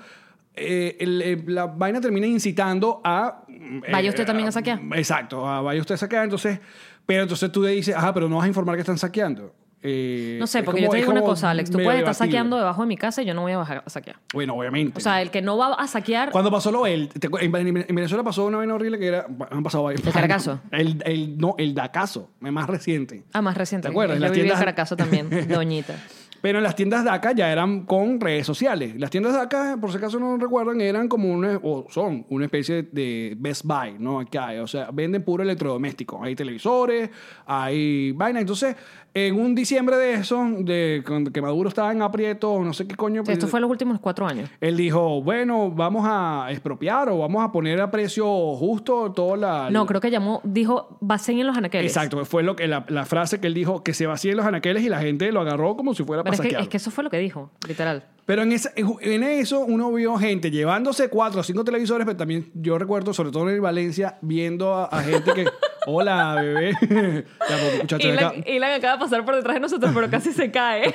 S2: eh, el- el- la vaina termina incitando a... eh,
S1: Vaya usted también a saquear.
S2: Exacto, ah, vaya usted a saquear, entonces, pero entonces tú le dices, ajá, pero no vas a informar que están saqueando. Eh,
S1: No sé,
S2: es
S1: porque
S2: como-
S1: yo te
S2: es
S1: digo una
S2: como
S1: cosa, Alex. Tú
S2: medio
S1: puedes estar
S2: debatible.
S1: saqueando debajo de mi casa y yo no voy a bajar a saquear.
S2: Bueno, obviamente.
S1: O sea, el que no va a saquear.
S2: Cuando pasó lo del... te acuer- En en Venezuela pasó una vaina horrible que era... Han pasado varios...
S1: ¿El Caracazo?
S2: El, el- no, el Dacazo, el más reciente.
S1: Ah, más reciente.
S2: ¿Te acuerdas?
S1: Yo
S2: Las
S1: viví en
S2: tiendas-
S1: Caracazo
S2: (laughs)
S1: también, doñita.
S2: Pero las tiendas DACA ya eran con redes sociales. Las tiendas DACA, por si acaso no recuerdan, eran como una, o son una especie de Best Buy, ¿no? Acá, o sea, venden puro electrodoméstico. Hay televisores, hay vaina. Entonces, en un diciembre de eso, de cuando que Maduro estaba en aprieto, no sé qué coño.
S1: Sí, esto fue los últimos cuatro años.
S2: Él dijo, bueno, vamos a expropiar o vamos a poner a precio justo toda la...
S1: No, creo que llamó, dijo, vacíen los anaqueles.
S2: Exacto, fue lo que, la, la frase que él dijo, que se vacíen los anaqueles y la gente lo agarró como si fuera
S1: Pero
S2: para
S1: es que,
S2: saquear.
S1: es que eso fue lo que dijo, literal.
S2: Pero en, esa- en eso uno vio gente llevándose cuatro o cinco televisores, pero también yo recuerdo, sobre todo en Valencia, viendo a, a gente
S1: (laughs)
S2: que. Hola, bebé. (laughs) Ya, pues, muchacho, ven acá.
S1: acaba de pasar por detrás de nosotros, pero casi se
S2: (laughs)
S1: cae.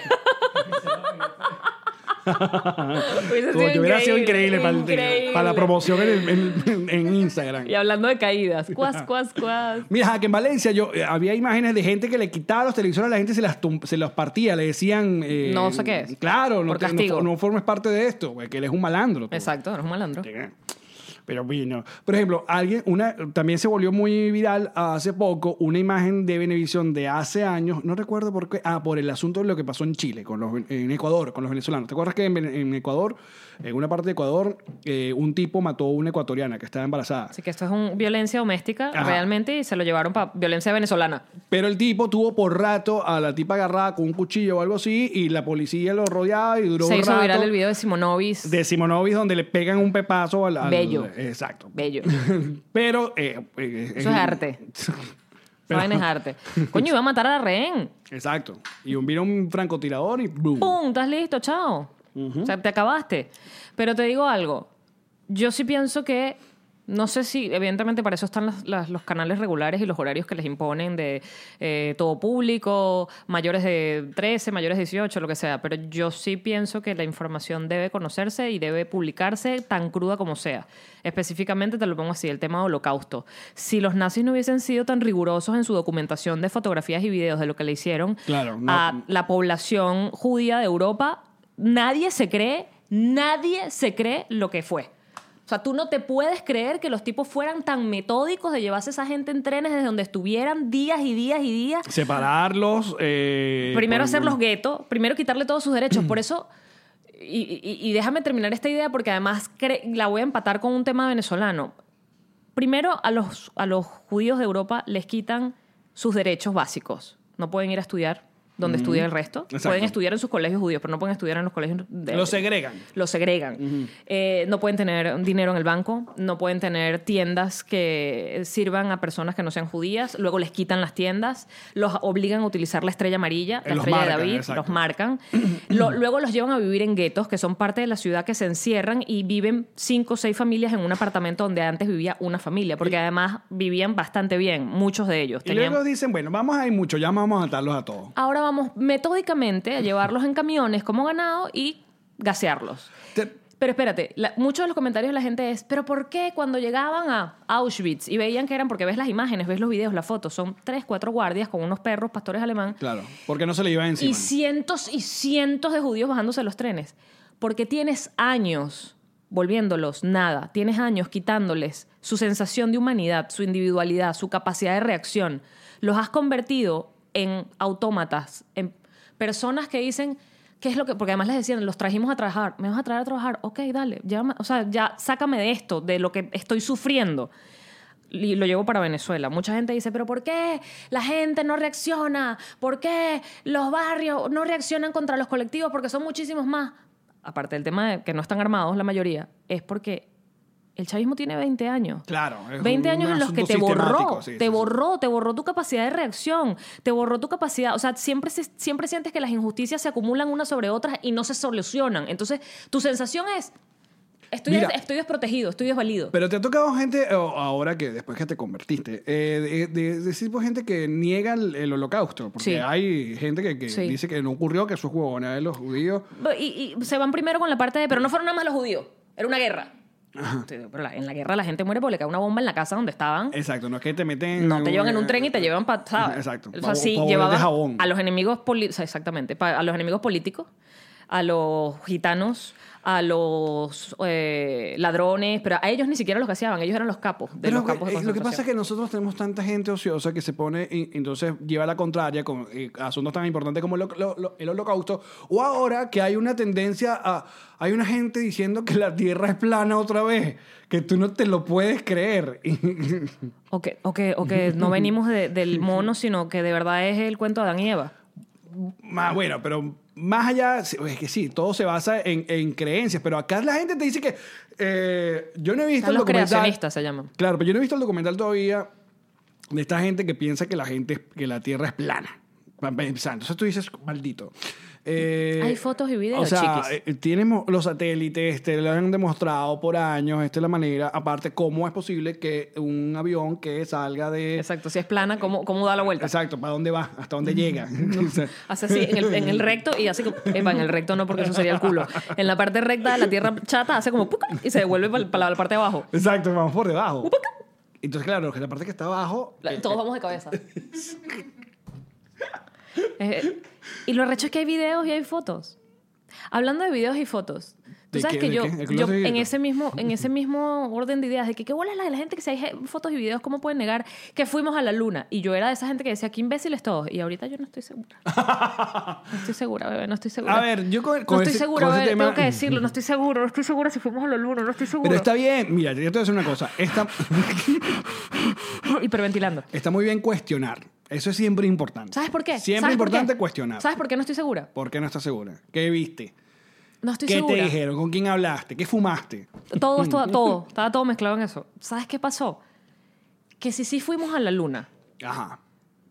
S1: (laughs)
S2: Como que hubiera sido increíble, para, el- para la promoción en, el- en- en Instagram.
S1: Y hablando de caídas,
S2: (laughs)
S1: cuas, cuas, cuas.
S2: Mira, que en Valencia yo eh, había imágenes de gente que le quitaba los televisores a la gente, se las, tum- se los partía, le decían. eh,
S1: No sé qué es.
S2: Claro, no,
S1: Por
S2: te- no
S1: castigo.
S2: fo- no formes parte de esto, güey, que él es un malandro. tú.
S1: Exacto, eres un malandro.
S2: Pero vino. Por ejemplo, alguien, una, también se volvió muy viral hace poco una imagen de Venevisión de hace años, no recuerdo por qué, ah, por el asunto de lo que pasó en Chile, con los, ven- en Ecuador, con los venezolanos. ¿Te acuerdas que en, Vene- en Ecuador, en una parte de Ecuador, eh, un tipo mató a una ecuatoriana que estaba embarazada?
S1: Así que esto es un violencia doméstica
S2: Ajá.
S1: realmente y se lo llevaron para violencia venezolana.
S2: Pero el tipo tuvo por rato a la tipa agarrada con un cuchillo o algo así y la policía lo rodeaba y duró
S1: se
S2: un
S1: hizo
S2: rato.
S1: viral el video de Simonovis.
S2: de Simonovis donde le pegan un pepazo al, al-
S1: Bello.
S2: Exacto. (laughs)
S1: Bello.
S2: Pero. eh, eh,
S1: Eso es arte.
S2: Pero-
S1: Saben es
S2: (laughs)
S1: arte. Coño, iba a matar a la rehén.
S2: Exacto. Y un, vino un francotirador y ¡boom!
S1: ¡Pum! ¿Estás listo? ¡Chao! O sea, te acabaste. Pero te digo algo. Yo sí pienso que. No sé si, evidentemente, para eso están las- las- los canales regulares y los horarios que les imponen de eh, todo público, mayores de 13, mayores de 18, lo que sea. Pero yo sí pienso que la información debe conocerse y debe publicarse tan cruda como sea. Específicamente, te lo pongo así: el tema de holocausto. Si los nazis no hubiesen sido tan rigurosos en su documentación de fotografías y videos de lo que le hicieron
S2: Claro, no-
S1: a la población judía de Europa, nadie se cree, nadie se cree lo que fue. O sea, tú no te puedes creer que los tipos fueran tan metódicos de llevarse a esa gente en trenes desde donde estuvieran días y días y días.
S2: Separarlos. eh,
S1: primero
S2: por-
S1: hacerlos guetos, primero quitarle todos sus derechos.
S2: (clears throat)
S1: Por eso, y, y- y déjame terminar esta idea porque además cre- la voy a empatar con un tema venezolano. Primero, a los, a los judíos de Europa les quitan sus derechos básicos. No pueden ir a estudiar donde estudia el resto.
S2: Exacto.
S1: Pueden estudiar en sus colegios judíos, pero no pueden estudiar en los colegios de...
S2: Los segregan.
S1: Los segregan. Eh, no pueden tener dinero en el banco, no pueden tener tiendas que sirvan a personas que no sean judías, luego les quitan las tiendas, los obligan a utilizar la estrella amarilla, la
S2: Eh, Los
S1: estrella
S2: marcan,
S1: de David,
S2: exacto.
S1: los marcan,
S2: (clears throat)
S1: Lo- luego los llevan a vivir en guetos, que son parte de la ciudad que se encierran y viven cinco o seis familias en un apartamento donde antes vivía una familia, porque además vivían bastante bien, muchos de ellos.
S2: Y
S1: Tenían-
S2: luego dicen, bueno, vamos a ir mucho, ya vamos a matarlos a todos.
S1: Ahora vamos metódicamente a llevarlos en camiones como ganado y gasearlos.
S2: Te-
S1: Pero espérate, la- muchos de los comentarios de la gente es, pero ¿por qué cuando llegaban a Auschwitz y veían que eran, porque ves las imágenes, ves los videos, las fotos, son tres, cuatro guardias con unos perros, pastores alemán,
S2: Claro, porque no se le iba encima.
S1: y cientos y cientos de judíos bajándose de los trenes? Porque tienes años volviéndolos nada, tienes años quitándoles su sensación de humanidad, su individualidad, su capacidad de reacción. Los has convertido en autómatas, en personas que dicen, ¿qué es lo que...? Porque además les decían, los trajimos a trabajar, me vas a traer a trabajar, ok, dale, llévame, o sea, ya sácame de esto, de lo que estoy sufriendo y lo llevo para Venezuela. Mucha gente dice, pero ¿por qué la gente no reacciona? ¿Por qué los barrios no reaccionan contra los colectivos? Porque son muchísimos más. Aparte del tema de que no están armados la mayoría, es porque el chavismo tiene 20 años.
S2: Claro. es
S1: 20
S2: un
S1: años en los que
S2: asunto
S1: te borró,
S2: sistemático, sí,
S1: te
S2: sí, sí.
S1: borró, te borró tu capacidad de reacción, te borró tu capacidad, o sea, siempre, se- siempre sientes que las injusticias se acumulan unas sobre otras y no se solucionan. Entonces, tu sensación es, estoy,
S2: Mira.
S1: estoy desprotegido, estoy desvalido.
S2: Pero te ha tocado gente, o- ahora que después que te convertiste, eh, de, de- de ese tipo de gente que niega el, el holocausto. Porque
S1: Sí.
S2: hay gente que, que
S1: Sí.
S2: dice que no ocurrió, que eso es huevona de los judíos.
S1: Y, y se van primero con la parte de, pero no fueron nada más los judíos, era una guerra. Te digo, Pero la- en la guerra la gente muere porque le cae una bomba en la casa donde estaban.
S2: Exacto, Eh, no es que te meten.
S1: No te llevan en un tren y te llevan para.
S2: Exacto,
S1: O sea,
S2: pa-
S1: sí,
S2: pa' volver de
S1: llevaban
S2: jabón.
S1: a los enemigos políticos. Exactamente. pa- A los enemigos políticos, a los gitanos, a los eh, ladrones, pero a ellos ni siquiera los gaseaban, ellos eran los capos de
S2: Pero
S1: los campos de
S2: eh, lo que pasa es
S1: concentración.
S2: que nosotros tenemos tanta gente ociosa que se pone y entonces lleva la contraria con eh, asuntos tan importantes como lo- lo- lo- el holocausto. O ahora que hay una tendencia a... Hay una gente diciendo que la Tierra es plana otra vez, que tú no te lo puedes creer. (laughs)
S1: O que, o que- o que no venimos de- del mono, sino que de verdad es el cuento de Adán y Eva.
S2: Más bueno, pero más allá, sí, es que sí, todo se basa en, en creencias, pero acá la gente te dice que eh, yo no he visto
S1: Están
S2: el
S1: los
S2: documental.
S1: creacionistas, se llaman.
S2: Claro, pero yo no he visto el documental todavía de esta gente que piensa que la gente es- que la Tierra es plana. Para empezar. Entonces tú dices, maldito. Eh,
S1: Hay fotos y videos,
S2: O sea,
S1: chiquis.
S2: eh, tenemos los satélites, te lo han demostrado por años, esta es la manera. Aparte, ¿cómo es posible que un avión que salga de...
S1: Exacto, si es plana, ¿cómo, cómo da la vuelta?
S2: Exacto, ¿para dónde va? ¿Hasta dónde
S1: (laughs)
S2: llega? (laughs) O sea,
S1: Hace así en el, en el recto y hace como. Epa, en el recto no, porque eso sería el culo. En la parte recta de la tierra chata hace como. ¡puc! y se devuelve para la parte de abajo.
S2: Exacto, vamos por debajo. Entonces, claro, que la parte que está abajo.
S1: La- Todos vamos de cabeza. Eh, y lo arrecho es que hay videos y hay fotos. Hablando de videos y fotos. Tú
S2: ¿De
S1: sabes
S2: qué-
S1: que
S2: de
S1: yo,
S2: qué? ¿El
S1: yo
S2: closet
S1: en,
S2: abierto?
S1: ese mismo, en ese mismo orden de ideas, de que qué bola es la de la gente que se hay fotos y videos, ¿cómo pueden negar que fuimos a la luna? Y yo era de esa gente que decía, qué imbéciles todos. Y ahorita yo no estoy segura. No estoy segura, bebé, no estoy segura.
S2: A ver, yo con- con
S1: No estoy
S2: ese-
S1: segura,
S2: con ese
S1: bebé,
S2: tema-
S1: tengo que decirlo, no estoy seguro, no estoy segura si fuimos a la luna, no estoy segura.
S2: Pero está bien, mira, yo te voy a decir una cosa. Está,
S1: (gasps) Hiperventilando.
S2: está muy bien cuestionar. Eso es siempre importante.
S1: ¿Sabes por qué?
S2: Siempre
S1: ¿Sabes por qué?
S2: importante cuestionar.
S1: ¿Sabes por qué no estoy segura?
S2: ¿Por qué no estás segura? ¿Qué viste?
S1: No estoy
S2: ¿Qué Mm.
S1: segura.
S2: te dijeron? ¿Con quién hablaste? ¿Qué fumaste?
S1: Todo, esto, todo. Estaba todo mezclado en eso. ¿Sabes qué pasó? Que si sí fuimos a la luna,
S2: Ajá.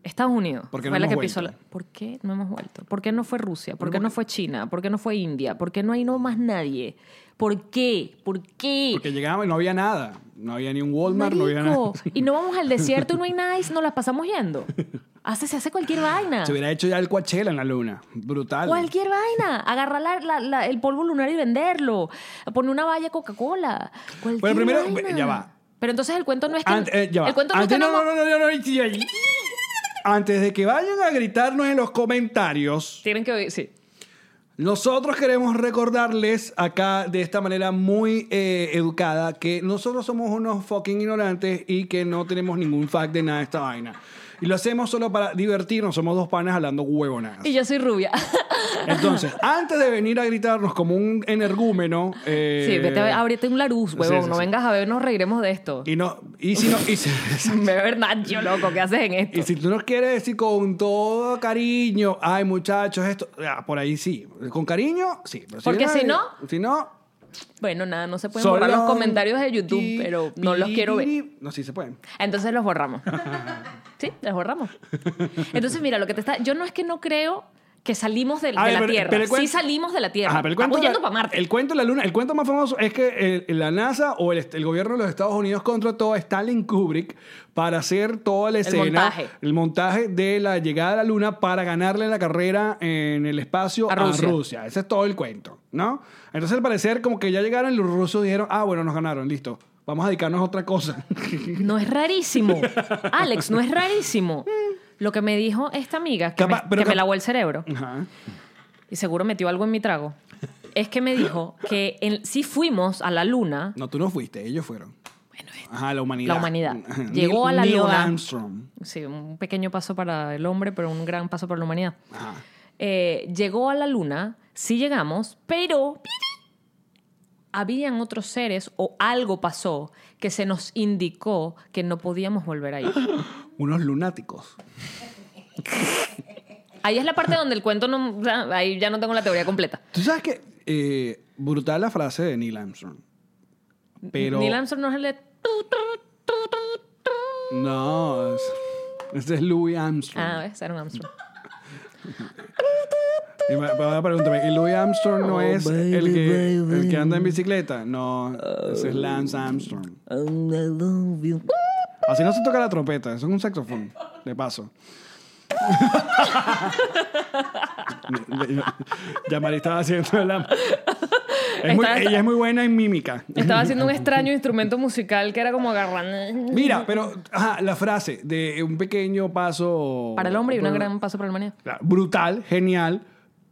S1: Estados Unidos
S2: ¿Por qué no
S1: fue la
S2: hemos
S1: que pisó
S2: vuelto?
S1: la- ¿Por qué no hemos vuelto? ¿Por qué no fue Rusia? ¿Por qué no fue China? ¿Por qué no fue India? ¿Por qué no hay no más nadie? ¿Por qué? ¿Por qué?
S2: Porque llegábamos y no había nada. No había ni un Walmart, no había nada.
S1: Marico, y no vamos al desierto y no hay nada y nos las pasamos yendo. Hace, se hace cualquier vaina.
S2: Se hubiera hecho ya el Coachella en la luna. Brutal.
S1: Cualquier vaina. Agarrar la- la- la- el polvo lunar y venderlo. Poner una valla de Coca-Cola. Cualquier
S2: Bueno, primero,
S1: vaina.
S2: ya va.
S1: Pero entonces el cuento no es que.
S2: Ant- eh, ya va.
S1: El cuento no es
S2: Antes,
S1: que
S2: no,
S1: no
S2: no,
S1: hemos-
S2: no, no, no, no, no, no. Antes de que vayan a gritarnos en los comentarios,
S1: Tienen que oír, sí.
S2: nosotros queremos recordarles acá de esta manera muy eh, educada que nosotros somos unos fucking ignorantes y que no tenemos ningún fact de nada de esta vaina. Y lo hacemos solo para divertirnos, somos dos panas hablando huevonadas.
S1: Y yo soy rubia. (laughs)
S2: Entonces, antes de venir a gritarnos como un energúmeno. eh,
S1: sí, vete a abrirte un laruz, huevón.
S2: sí,
S1: no
S2: sí.
S1: vengas a ver, nos reiremos de (laughs) esto.
S2: Y, no, y si no.
S1: (laughs)
S2: Y si-
S1: Beber Nacho, loco, ¿qué haces en esto?
S2: Y si tú nos quieres decir con todo cariño, ay muchachos, esto, ah, por ahí sí, con cariño, sí. Pero
S1: Porque si no-
S2: si no,
S1: Bueno, nada, no se pueden
S2: solo-
S1: borrar los comentarios de YouTube,
S2: y-
S1: pero no los quiero ver.
S2: No, sí se pueden.
S1: Entonces los borramos. Sí, los borramos. Entonces, mira, lo que te está. Yo no es que no creo que salimos de, de
S2: A ver,
S1: la
S2: pero-
S1: Tierra.
S2: pero el
S1: sí
S2: cuento-
S1: salimos de la Tierra.
S2: Ajá, pero el cuento,
S1: Estamos
S2: de-
S1: yendo para Marte.
S2: el cuento de la luna, el cuento más famoso es que el- la NASA o el, est- el gobierno de los Estados Unidos contrató a Stanley Kubrick para hacer toda la escena,
S1: montaje.
S2: el montaje de la llegada a la luna para ganarle la carrera en el espacio
S1: A
S2: a
S1: Rusia.
S2: Rusia. Ese es todo el cuento, ¿no? Entonces al parecer como que ya llegaron y los rusos dijeron, ah, bueno, nos ganaron, listo. Vamos a dedicarnos a otra cosa. (laughs)
S1: No es rarísimo. Alex, no es rarísimo. Lo que me dijo esta amiga, que,
S2: Capaz-
S1: me,
S2: pero
S1: que me
S2: cap-
S1: lavó el cerebro,
S2: Ajá.
S1: y seguro metió algo en mi trago, es que me dijo que en- sí fuimos a la Luna.
S2: No, tú no fuiste, ellos fueron. Ajá, la humanidad.
S1: este. La humanidad.
S2: Ajá.
S1: Llegó a la
S2: Neil
S1: luna.
S2: Armstrong.
S1: Sí, un pequeño paso para el hombre, pero un gran paso para la humanidad.
S2: Ajá.
S1: Eh, llegó a la luna, sí llegamos, pero habían otros seres o algo pasó que se nos indicó que no podíamos volver ahí.
S2: Unos lunáticos.
S1: Ahí es la parte donde el cuento no, ahí ya no tengo la teoría completa.
S2: Tú sabes que eh, brutal la frase de Neil Armstrong. Pero
S1: Neil Armstrong no es el de
S2: no, es- ese es Louis Armstrong.
S1: ah, ese era un Armstrong.
S2: Y me- ahora pregúntame, ¿y Louis Armstrong no
S1: Oh,
S2: es
S1: baby,
S2: el, que,
S1: baby. Oh.
S2: el que anda en bicicleta? No, ese es Lance Armstrong. Así no se toca la trompeta, eso es un saxofón, de paso. (laughs) Yamari estaba haciendo la... Es muy-
S1: Estaba-
S2: ella es muy buena en mímica.
S1: Estaba haciendo un extraño instrumento musical que era como agarrando
S2: Mira, pero ajá, la frase de un pequeño paso...
S1: para el hombre y un
S2: Pero-
S1: gran paso para la humanidad.
S2: Claro, brutal, genial.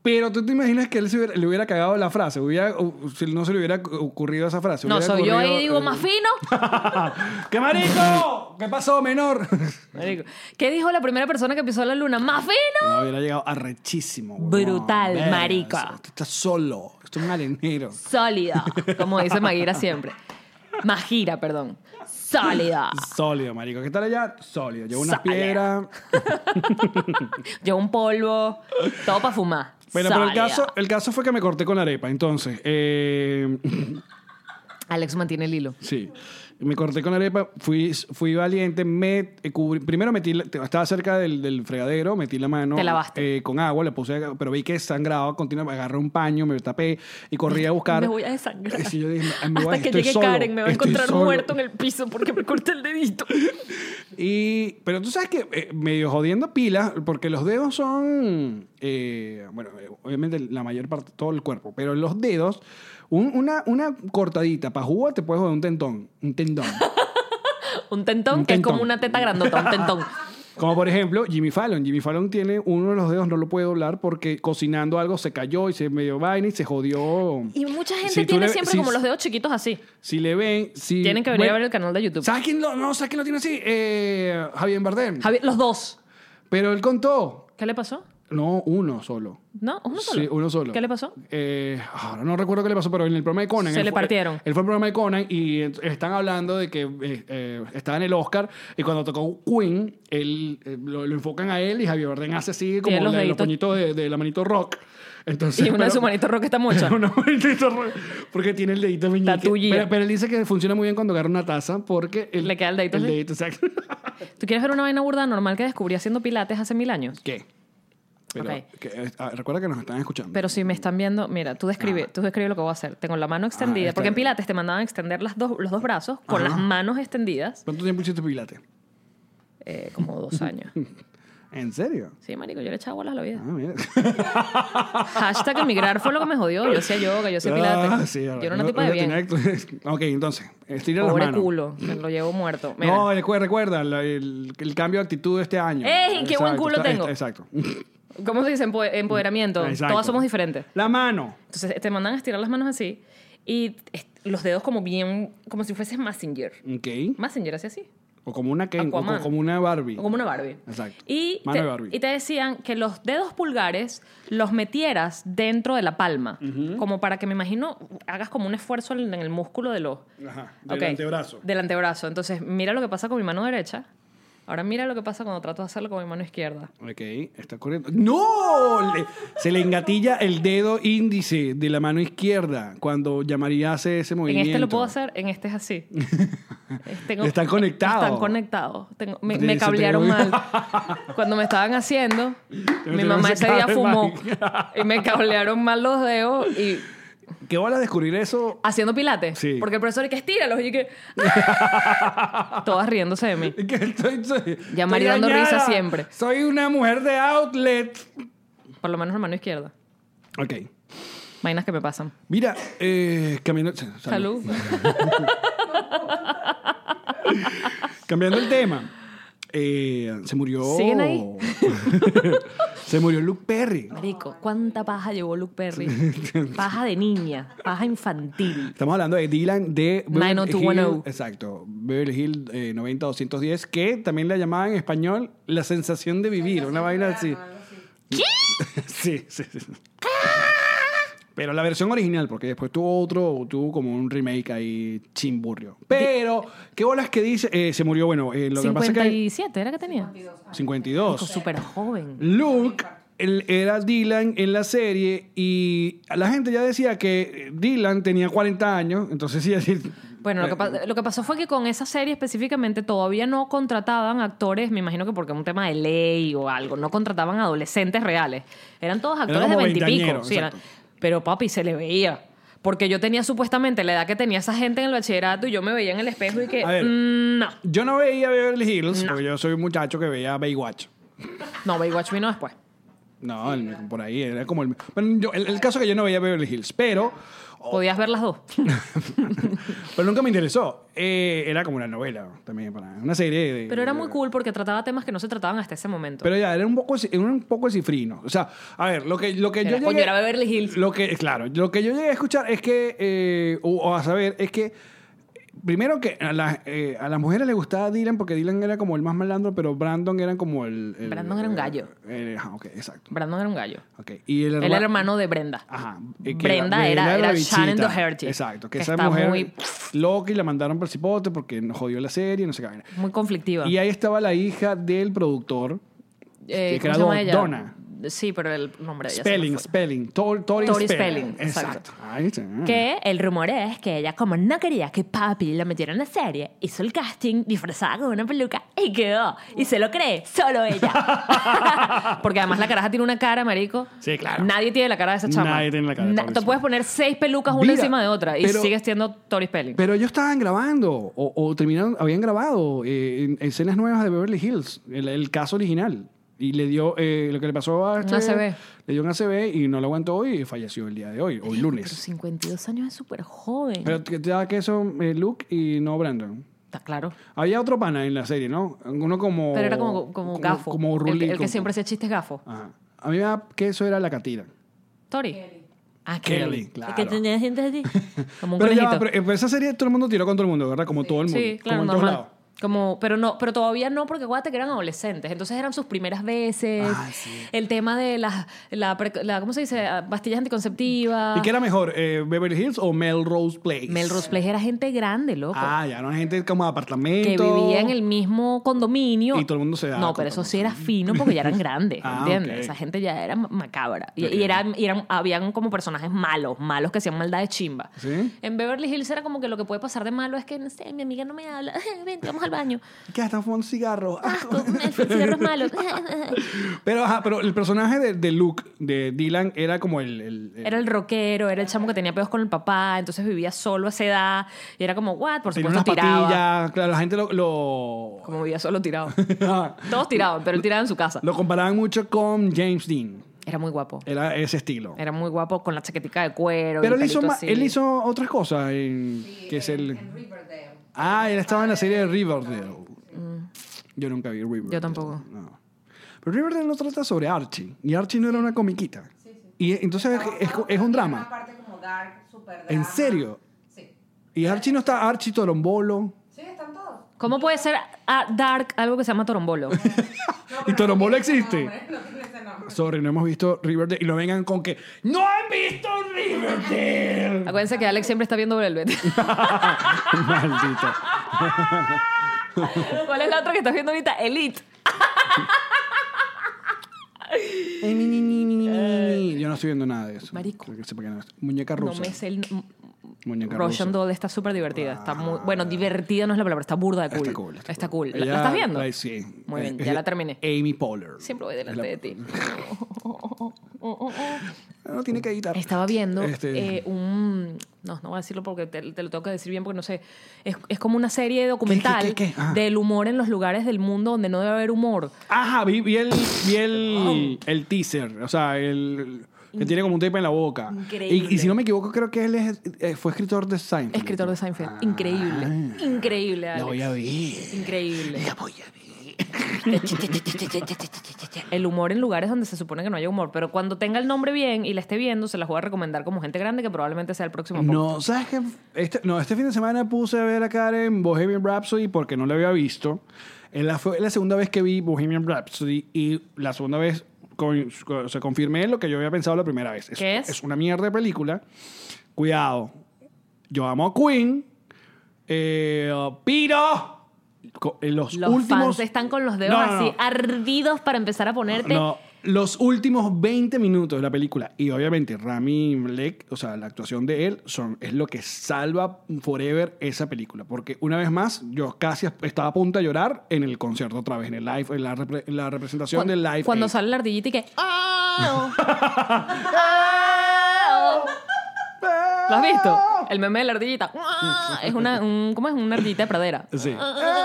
S2: Pero tú te imaginas que él se hubiera- le hubiera cagado la frase, hubiera, o- si no se le hubiera ocurrido esa frase.
S1: No,
S2: hubiera
S1: soy yo ahí
S2: ocurrido-
S1: y digo más fino.
S2: ¡Qué marico! ¿Qué pasó, menor? (laughs)
S1: Marico, ¿Qué dijo la primera persona que pisó la luna? ¡Más fino!
S2: No, hubiera llegado arrechísimo. huevón.
S1: Brutal,
S2: Verga,
S1: marica.
S2: eso, Tú estás solo, esto es un arenero.
S1: Sólida. Como dice Magira siempre. Magira, perdón. Sólida.
S2: Sólido, marico. ¿Qué tal allá? Sólido. Llevo unas
S1: Sólido.
S2: piedras.
S1: Llevo un polvo. Todo para fumar.
S2: Bueno, pero el
S1: Sólida.
S2: caso, el caso fue que me corté con la arepa, entonces. Eh...
S1: Alex mantiene el hilo.
S2: Sí. Me corté con arepa, fui, fui valiente, me eh, cubrí- primero metí, la- estaba cerca del, del fregadero, metí la mano
S1: Te lavaste.
S2: eh, con agua, le puse, pero vi que sangraba continuamente, agarré un paño, me tapé y corrí a buscar.
S1: Me voy a desangrar.
S2: Sí, yo dije, me- me voy,
S1: Hasta que
S2: estoy
S1: llegue
S2: solo,
S1: Karen, me va a
S2: estoy
S1: encontrar
S2: solo.
S1: muerto en el piso porque me corté el dedito.
S2: Y, pero tú sabes que eh, medio jodiendo pilas, porque los dedos son, eh, bueno, eh, obviamente la mayor parte, todo el cuerpo, pero los dedos, un- una, una cortadita para jugo te puedes joder un tendón, un tendón.
S1: Un tentón
S2: Un
S1: que es
S2: tentón.
S1: como una teta grandota, un tentón.
S2: Como por ejemplo Jimmy Fallon. Jimmy Fallon tiene uno de los dedos, no lo puede doblar porque cocinando algo se cayó y se medio vaina y se jodió.
S1: Y mucha gente
S2: Si tú
S1: tiene
S2: le-
S1: siempre
S2: si-
S1: como los dedos chiquitos así.
S2: Si le ven, si.
S1: Tienen que venir
S2: bueno,
S1: a ver el canal de YouTube.
S2: ¿Sabes quién lo, no, ¿sabes quién lo tiene así? Eh, Javier Bardem.
S1: Javier, los dos.
S2: Pero él contó.
S1: ¿Qué le pasó?
S2: No, uno solo.
S1: ¿No? ¿Uno solo?
S2: Sí, uno solo.
S1: ¿Qué le pasó?
S2: Eh, ahora no recuerdo qué le pasó, pero en el programa de Conan.
S1: Se
S2: él
S1: le
S2: fue-
S1: partieron.
S2: Él fue al programa de Conan y ent- están hablando de que eh, eh, estaba en el Oscar y cuando tocó Queen, él, eh, lo, lo enfocan a él y Javier Bardem hace así como
S1: Tiene los
S2: la- los
S1: deditos-
S2: puñitos de, de la manito rock. Entonces,
S1: Y una de
S2: (laughs) pero-
S1: sus manitos rock está mucho.
S2: una manito rock, porque tiene el dedito meñique.
S1: Tatullía.
S2: Pero, pero él dice que funciona muy bien cuando agarra una taza porque... el-
S1: Le queda el dedito
S2: El
S1: así.
S2: dedito, exacto. (laughs)
S1: ¿Tú quieres ver una vaina burda normal que descubrí haciendo pilates hace mil años?
S2: ¿Qué? Pero,
S1: Ok.
S2: que, eh, ah, recuerda que nos están escuchando.
S1: Pero si me están viendo, mira, tú describe, tú describe lo que voy a hacer. Tengo la mano extendida,
S2: está
S1: porque en
S2: bien.
S1: Pilates te mandaban a extender las dos, los dos brazos con
S2: Ajá.
S1: las manos extendidas,
S2: ¿Cuánto tiempo hiciste pilates?
S1: eh, como dos
S2: (laughs)
S1: años.
S2: ¿En serio?
S1: Sí, marico, yo le echaba bolas a la
S2: Ah,
S1: vida.
S2: mira.
S1: Hashtag emigrar fue lo que me jodió. Yo hacía yoga, yo hacía Pilates.
S2: Ah, sí,
S1: yo
S2: ahora.
S1: era una
S2: No-
S1: tipa
S2: no
S1: de
S2: tenía
S1: bien.
S2: actu- (laughs) ok, entonces, estira las
S1: Pobre
S2: manos.
S1: culo, me lo llevo muerto. Mira.
S2: No, eh, recuerda, recuerda la- el, el cambio de actitud de este año.
S1: ¡Ey, qué buen culo tengo!
S2: Exacto.
S1: ¿Cómo se dice? Empo- Empoderamiento.
S2: eh. Mm, Exacto.
S1: Todas somos diferentes.
S2: La mano.
S1: Entonces te mandan a estirar las manos así y est- los dedos como bien, como si fueses Messenger.
S2: Ok.
S1: Messenger hacía así.
S2: O como una Ken, o
S1: Aquaman.
S2: co- como una Barbie.
S1: O como una Barbie.
S2: Exacto.
S1: Y
S2: Mano
S1: te,
S2: de Barbie.
S1: y te decían que los dedos pulgares los metieras dentro de la palma. Como para que, me imagino, hagas como un esfuerzo en, en el músculo de los...
S2: Ajá, del
S1: Ok,
S2: antebrazo.
S1: Del antebrazo. Entonces, mira lo que pasa con mi mano derecha. Ahora mira lo que pasa cuando trato de hacerlo con mi mano izquierda.
S2: Ok, está corriendo. ¡No! Le- se le engatilla el dedo índice de la mano izquierda cuando llamaría hace ese
S1: En
S2: movimiento.
S1: este lo puedo hacer, en este es
S2: (laughs)
S1: así. Es- tengo-
S2: Están conectados.
S1: Están conectados. Tengo- me,
S2: Se
S1: me
S2: te-
S1: cablearon mal. (laughs) Cuando me estaban haciendo, mi mamá ese día
S2: cable
S1: fumó.
S2: mal.
S1: Y me cablearon mal los dedos y
S2: ¿Qué van a descubrir eso?
S1: haciendo pilates.
S2: Sí.
S1: Porque el profesor es que estíralos y yo que...
S2: (laughs)
S1: Todas riéndose de mí.
S2: Que estoy, soy-
S1: Ya
S2: estoy
S1: Mari dando risa
S2: dañada.
S1: siempre.
S2: Soy una mujer de outlet.
S1: Por lo menos la mano izquierda.
S2: Ok.
S1: Vainas que me pasan.
S2: Mira, eh, cambiando, salud.
S1: Salud.
S2: cambiando el tema. eh, se murió.
S1: ¿Siguen ahí?
S2: (laughs) se murió Luke Perry.
S1: Marico, ¿cuánta paja llevó Luke
S2: (laughs)
S1: Perry? Paja de niña, paja infantil.
S2: Estamos hablando de Dylan de Beverly
S1: 90210.
S2: Hill, exacto, Beverly Hill eh, 90210, que también la llamaba en español la sensación de vivir, una vaina así. ¿Qué? (laughs) sí, sí, sí. Pero la versión original, porque después tuvo otro, tuvo como un remake ahí chimburrio. Pero, ¿qué bolas que dice? Eh, se murió, bueno, eh, lo que pasa es que... hay-
S1: 57 era que tenía.
S2: 52.
S1: Súper joven.
S2: Luke él era Dylan en la serie y la gente ya decía que Dylan tenía 40 años, entonces sí así.
S1: Bueno, lo que, pa- lo que pasó fue que con esa serie específicamente todavía no contrataban actores, me imagino que porque es un tema de ley o algo, no contrataban adolescentes reales. Eran todos actores
S2: como
S1: de veintipico.
S2: veintañeros,
S1: sí, eran-
S2: exacto.
S1: pero papi, se le veía. Porque yo tenía supuestamente la edad que tenía esa gente en el bachillerato y yo me veía en el espejo y que.
S2: A ver.
S1: mm, no,
S2: Yo no veía Beverly Hills, porque yo soy un muchacho que veía Baywatch.
S1: no, Baywatch vino después.
S2: No, el- por ahí era como el. Bueno, yo- el, el caso que yo no veía Beverly Hills, pero,
S1: Podías ver las dos.
S2: pero nunca me interesó. Eh, era como una novela también, para una serie de.
S1: Pero era muy cool porque trataba temas que no se trataban hasta ese momento.
S2: Pero ya, era un poco, era un poco cifrino. O sea, a ver, lo que, lo que yo
S1: Era,
S2: llegué...
S1: coño, era Beverly Hills.
S2: Lo que, claro, lo que yo llegué a escuchar es que, eh, o, o a saber, es que, primero que a, las eh, a las mujeres les gustaba Dylan porque Dylan era como el más malandro, pero Brandon era como el... el-
S1: Brandon era un gallo.
S2: el- ajá, ok, exacto.
S1: Brandon era un gallo.
S2: ok. Y el
S1: Él era
S2: herma-
S1: hermano de Brenda.
S2: Ajá. Y que
S1: Brenda era,
S2: Brenda
S1: era
S2: bichita.
S1: Shannon Doherty.
S2: Exacto, que,
S1: que
S2: esa
S1: está
S2: mujer
S1: muy,
S2: loca y la mandaron para el cipote porque nos jodió la serie, no sé qué. vaina.
S1: muy conflictiva.
S2: Y ahí estaba la hija del productor,
S1: Eh,
S2: que
S1: ¿cómo
S2: era
S1: se llama
S2: Do-
S1: ella?
S2: Donna.
S1: Sí, pero el nombre de ella. se me
S2: Spelling,
S1: fue.
S2: spelling. Tor- Tori,
S1: Tori
S2: spelling.
S1: Spelling, exacto.
S2: Ahí está.
S3: Que el rumor es que ella, como no quería que papi la metiera en la serie, hizo el casting disfrazada con una peluca y quedó. Y se lo cree solo ella.
S2: (laughs)
S1: Porque además la caraja tiene una cara, marico.
S2: Sí, claro.
S1: Nadie tiene la cara de esa chama.
S2: Nadie tiene la cara de Tori
S1: Te
S2: Spelling.
S1: puedes poner seis pelucas una
S2: Mira,
S1: encima de otra y
S2: pero-
S1: sigues siendo Tori Spelling.
S2: Pero ellos estaban grabando o, o terminaron, habían grabado eh, en- escenas nuevas de Beverly Hills, el, el caso original. Y le dio eh, lo que le pasó a este,
S1: ACV.
S2: Le dio un ACV y no lo aguantó y falleció el día de hoy, hoy
S3: Pero
S2: lunes.
S3: 52 años es súper joven.
S2: Pero te te da que eso eh, Luke y no Brandon.
S1: Está claro.
S2: Había otro pana en la serie, ¿no? Uno como.
S1: Pero era como, como gafo.
S2: Como
S1: El-
S2: Rulli,
S1: el, que
S2: como- Ah.
S1: siempre hacía chistes gafo.
S2: Ajá. A mí me da que eso era la catira.
S1: Tori. Ah,
S2: Kelly, claro.
S3: Que tenía gente así.
S2: (laughs)
S1: Como un
S2: pero, ya va,
S1: conejito.
S2: pero, eh, pero esa serie todo el mundo tiró con todo el mundo, ¿verdad? Como todo el mundo.
S1: Sí, claro,
S2: como en
S1: normal.
S2: todos lados.
S1: Como, pero no, pero todavía no, porque acuérdate que eran adolescentes. Entonces eran sus primeras veces.
S2: Ah, sí.
S1: El tema de las, la, pre- la- ¿cómo se dice? Ah, Pastillas anticonceptivas.
S2: ¿Y qué era mejor, eh, Beverly Hills o Melrose Place?
S1: Melrose Place era gente grande, loco.
S2: Ah, ya no hay gente como de apartamento.
S1: que vivía en el mismo condominio.
S2: Y todo el mundo se daba
S1: No,
S2: con
S1: pero
S2: todo
S1: eso sí era fino porque
S2: (laughs)
S1: ya eran grandes,
S2: Ah,
S1: ¿entiendes?
S2: ok.
S1: Esa gente ya era ma- macabra. Y, y
S2: Ok.
S1: eran, y eran- habían como personajes malos, malos que hacían maldad de chimba.
S2: ¿Sí?
S1: En Beverly Hills era como que lo que puede pasar de malo es que, no sé, mi amiga no me habla, (laughs) vente, vamos al baño.
S2: Que hasta fue un cigarro. (laughs) Ah.
S1: Asco, el cigarro es malo.
S2: Pero, ajá, pero el personaje de, de Luke, de Dylan, era como el... el- el-
S1: Era el rockero, era el chamo que tenía pedos con el papá, entonces vivía solo a esa edad. Y era como, what? Por
S2: tenía
S1: supuesto,
S2: unas
S1: tiraba.
S2: patillas. Claro, la gente lo... Lo, (laughs)
S1: Como vivía solo, tirado. Todos tiraban, pero él tiraba en su casa.
S2: lo comparaban mucho con James Dean.
S1: Era muy guapo.
S2: Era ese estilo.
S1: Era muy guapo con la chaquetica de cuero.
S2: Pero
S1: y el
S2: él hizo,
S1: pelito
S2: ma-
S1: así.
S2: él hizo otras cosas. en- que es el... Ah, él estaba en la serie de Riverdale. Yo nunca vi Riverdale.
S1: Mm. Yo tampoco.
S2: No. Pero Riverdale no trata sobre Archie. Y Archie no era una comiquita. Y entonces es, es- es un
S4: Una
S2: drama.
S4: parte como dark, super
S2: ¿En
S4: drama.
S2: serio?
S4: Sí.
S2: Y Archie no está Archie Torombolo.
S4: Sí, están todos.
S1: ¿Cómo puede ser ah, Dark algo que se llama
S2: (laughs)
S1: Torombolo?
S4: No,
S2: ¿Y
S4: pero
S2: Torombolo
S4: no tiene ese
S2: existe?
S4: nombre, (laughs) No tiene ese nombre.
S2: Sorry, no hemos visto Riverdale. Y no vengan con que ¡No han visto Riverdale!
S1: (laughs) Acuérdense que Alex siempre está viendo Velvet.
S2: Maldita.
S1: (laughs) ¿Cuál es la otra que estás viendo ahorita? Elite.
S2: Ay, ni, ni, ni, ni, ni, ni. Yo no estoy viendo nada de eso.
S1: Eh. Marico.
S2: Creo que sepa que no es. Muñeca rusa.
S1: No me sé el...
S2: Muñeca
S1: Russian
S2: rusa.
S1: Doll está súper divertida. Está muy... Bueno, divertida no es la palabra, está burda de cool.
S2: Está cool.
S1: Está cool. ¿La,
S2: Ella-
S1: la estás viendo?
S2: la- sí. Eh,
S1: Muy bien,
S2: Es-
S1: ya
S2: es
S1: la terminé.
S2: Amy Poehler.
S1: Siempre voy delante
S2: Es la-
S1: de ti.
S2: Ah, No tiene que editar.
S1: (laughs) Estaba viendo
S2: Este-
S1: eh, un... No, no voy a decirlo porque te, te lo tengo que decir bien porque no sé. Es, es como una serie documental
S2: qué, qué? Ah.
S1: del humor en los lugares del mundo donde no debe haber humor.
S2: Ajá, vi, vi el, vi el, el teaser. O sea, el. Que tiene como un tape en la boca.
S1: Increíble.
S2: Y, y si no me equivoco, creo que él es- eh, fue escritor de Seinfeld.
S1: Escritor de Seinfeld. Increíble. Increíble,
S2: Ah. La voy
S1: Alex.
S2: a ver.
S1: Increíble.
S2: La voy a ver.
S1: (laughs) El humor en lugares donde se supone que no haya humor. Pero cuando tenga el nombre bien y la esté viendo, se las voy a recomendar como gente grande que probablemente sea el próximo. podcast.
S2: No, ¿sabes qué? Este, no, este fin de semana puse a ver a Karen Bohemian Rhapsody porque no la había visto. Es la, fue la segunda vez que vi Bohemian Rhapsody y la segunda vez con- con- se confirmé lo que yo había pensado la primera vez.
S1: ¿Qué es?
S2: una mierda de película. Cuidado. Yo amo a Queen. Eh, pero co- en los,
S1: Los
S2: últimos...
S1: fans están con los dedos
S2: No, no,
S1: así
S2: no.
S1: ardidos para empezar a ponerte.
S2: No, los últimos 20 minutos de la película y obviamente Rami Malek, o sea, la actuación de él son, es lo que salva forever esa película. Porque una vez más, yo casi estaba a punto de llorar en el concierto otra vez, en el live, en la, repre- en la representación
S1: cuando,
S2: del live.
S1: cuando
S2: Aid.
S1: sale la ardillita y que. "Ah, oh". (laughs) ¿Lo has visto? El meme de la ardillita. "Ah", Es una, un- ¿Cómo es? Una ardillita de pradera.
S2: Sí.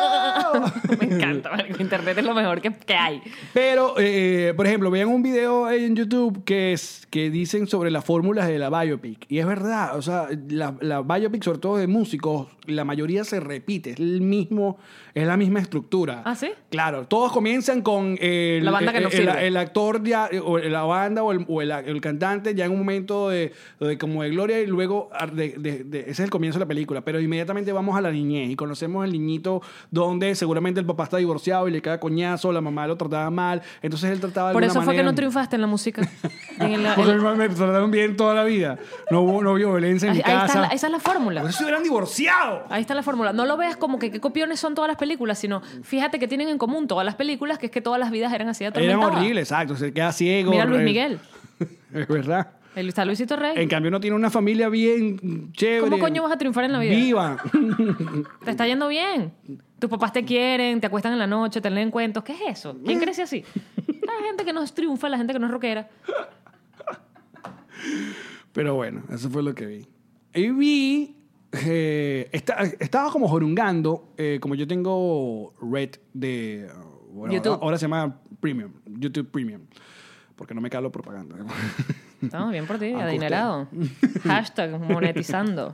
S1: (laughs) Me encanta. marico. Internet es lo mejor que, que hay.
S2: Pero, eh, por ejemplo, vean un video en YouTube que, es, que dicen sobre las fórmulas de la biopic. Y es verdad, o sea, la, la biopic, sobre todo de músicos, la mayoría se repite, es, el mismo, es la misma estructura.
S1: ¿Ah, sí?
S2: Claro, todos comienzan con el,
S1: La banda que
S2: el-
S1: nos
S2: el-
S1: sirve.
S2: el actor, ya, o la banda o, el, o el- el cantante ya en un momento de, de como de gloria y luego ar- de- de- de- ese es el comienzo de la película. Pero inmediatamente vamos a la niñez y conocemos el niñito donde seguramente el papá está divorciado y le cae coñazo, la mamá lo trataba mal, entonces él trataba de
S1: Por
S2: alguna
S1: eso fue que
S2: manera-
S1: no triunfaste en la música. En la-
S2: Porque
S1: en-
S2: mi mamá me trataron bien toda la vida. No hubo, no hubo violencia en
S1: ahí,
S2: mi
S1: ahí está
S2: casa.
S1: la- esa es la fórmula.
S2: Por eso se hubieran divorciado.
S1: Ahí está la fórmula. No lo veas como que qué copiones son todas las películas, sino fíjate que tienen en común todas las películas, que es que todas las vidas eran así de
S2: Eran
S1: atormentadas.
S2: horribles, exacto. Se queda ciego.
S1: Mira a Luis
S2: eh,
S1: Miguel.
S2: Es verdad.
S1: El, está Luisito Rey.
S2: En cambio, no tiene una familia bien chévere.
S1: ¿Cómo coño vas a triunfar en la vida?
S2: Viva.
S1: Te está yendo bien. Tus papás te quieren, te acuestan en la noche, te leen cuentos. ¿Qué es eso?
S2: Eh.
S1: ¿Quién crece así? La gente que no es triunfa, la gente que no es rockera.
S2: Pero bueno, eso fue lo que vi. Y vi. eh, esta- estaba como jorungando, eh, como yo tengo Red de. uh, bueno,
S1: YouTube.
S2: Ahora, ahora se llama Premium, YouTube Premium. Porque no me calo propaganda. (laughs)
S1: Estamos bien por ti,
S2: Aunque (laughs)
S1: adinerado. Hashtag monetizando.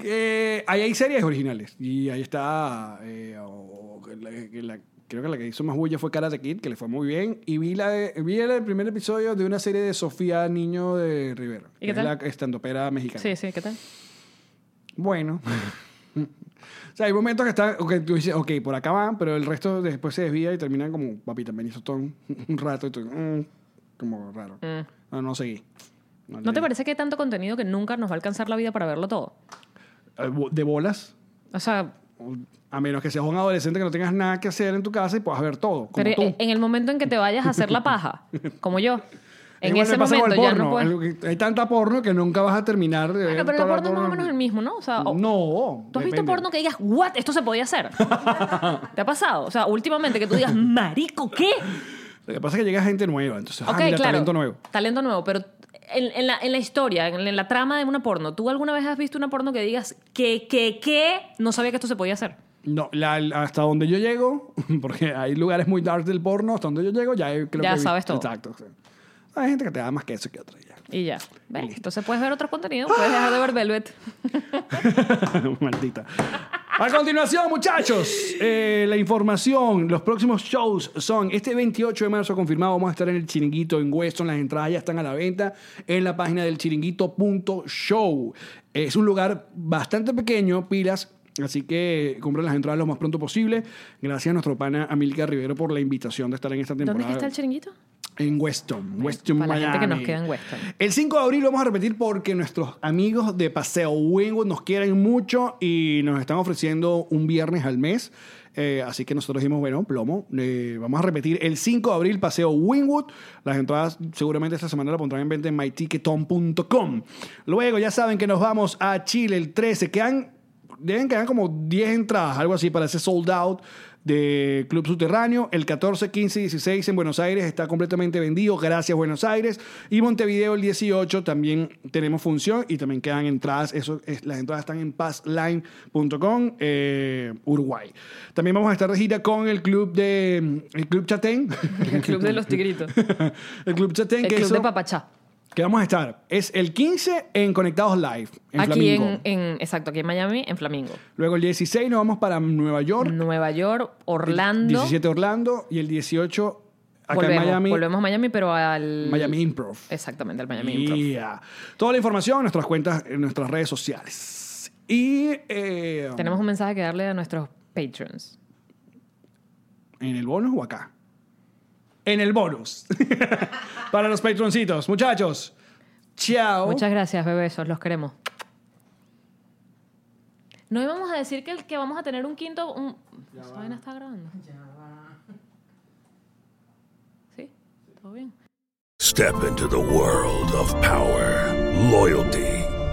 S2: Que Eh, ahí hay series originales. Y ahí está. eh, o- o la- que la- creo que la que hizo más bulla fue Karate Kid, que le fue muy bien. Y vi, la de- vi el primer episodio de una serie de Sofía Niño de Rivera.
S1: ¿Y
S2: que
S1: qué
S2: es
S1: tal?
S2: la estandopera mexicana. (laughs)
S1: Sí, sí, ¿qué tal?
S2: Bueno. O sea, hay momentos que están, que tú dices, ok, por acá van, pero el resto después se desvía y terminan como, papi, también hizo todo un, (laughs) un rato y tú, mm, como raro. No, no seguí.
S1: Mm. ¿No te
S2: leí.
S1: parece que hay tanto contenido que nunca nos va a alcanzar la vida para verlo todo?
S2: Eh, bo- De bolas,
S1: O sea,
S2: a menos que seas un adolescente que no tengas nada que hacer en tu casa y puedas ver todo, como
S1: pero eh,
S2: tú.
S1: en el momento en que te vayas a hacer la
S2: (laughs)
S1: paja, como yo, en
S2: Igual
S1: ese
S2: me pasa con
S1: momento
S2: el
S1: ya
S2: porno.
S1: no puedes...
S2: El- Hay tanta porno que nunca vas a terminar de ver
S1: Bueno, pero el
S2: toda
S1: porno es más o menos el mismo, ¿no? O sea, o-
S2: No.
S1: ¿Tú has visto
S2: depende.
S1: porno que digas, what, esto se podía
S2: (laughs)
S1: hacer? ¿Te ha pasado? O sea, últimamente que tú digas, marico, ¿qué?
S2: Lo que pasa es que llega gente nueva, entonces,
S1: Ok,
S2: ah, mira,
S1: claro.
S2: talento nuevo.
S1: Talento nuevo, pero en, en la, en la historia, en, en la trama de una porno, ¿tú alguna vez has visto una porno que digas, que, que, que, no sabía que esto se podía hacer?
S2: No, la- la- hasta donde yo llego, (laughs) porque hay lugares muy dark del porno, hasta donde yo llego ya he- creo
S1: Ya
S2: que he
S1: sabes
S2: visto-
S1: todo.
S2: Exacto. sí. Hay gente que te da más que eso que otra ya.
S1: Y ya. ¿Ves? Entonces puedes ver otro contenido, puedes dejar de ver Velvet.
S2: (laughs) Maldita. A continuación, muchachos, eh, la información, los próximos shows son este 28 de marzo confirmado, vamos a estar en el Chiringuito en Weston, las entradas ya están a la venta en la página del chiringuito.show. Es un lugar bastante pequeño, pilas, así que compren las entradas lo más pronto posible. Gracias a nuestro pana Amilcar Rivero por la invitación de estar en esta temporada.
S1: ¿Dónde es que está el
S2: (laughs)
S1: chiringuito?
S2: En Weston, Weston
S1: para la gente
S2: Miami.
S1: que nos queda en Weston.
S2: El 5 de abril lo vamos a repetir porque nuestros amigos de Paseo Wingwood nos quieren mucho y nos están ofreciendo un viernes al mes. Eh, así que nosotros dijimos, bueno, plomo, eh, vamos a repetir el 5 de abril Paseo Wingwood. Las entradas seguramente esta semana la pondrán en venta en myticketon.com. Luego ya saben que nos vamos a Chile el 13. Quedan Deben quedar como 10 entradas, algo así, para ese sold out de Club Subterráneo. El 14, 15 y 16 en Buenos Aires está completamente vendido. Gracias, Buenos Aires. Y Montevideo, el 18, también tenemos función y también quedan entradas. Eso es- las entradas están en passline.com, eh, Uruguay. También vamos a estar de gira con el club de. El club Chatén. (laughs)
S1: El club de los tigritos.
S2: el club Chatén,
S1: El
S2: que,
S1: club
S2: eso-
S1: de papachá.
S2: que vamos a estar. Es el 15 en Conectados Live, en
S1: Aquí
S2: Flamingo.
S1: en, en, exacto, aquí en Miami, en Flamingo.
S2: Luego el 16 nos vamos para Nueva York.
S1: Nueva York, Orlando.
S2: 17 Orlando y el 18 acá
S1: volvemos,
S2: en Miami.
S1: volvemos a Miami, pero al...
S2: Miami Improv.
S1: Exactamente, al Miami Improv.
S2: Yeah. Toda la información en nuestras cuentas, en nuestras redes sociales. Y eh,
S1: Tenemos un mensaje que darle a nuestros patrons.
S2: en el bonus o acá. En el bonus. (laughs) Para los patroncitos. Muchachos. Chao.
S1: Muchas gracias, bebesos, los queremos. No íbamos a decir que, el, que vamos a tener un quinto... Un... ¿Esta vaina está grabando? ¿Sí? ¿Todo bien?
S5: Step into the world of power, loyalty,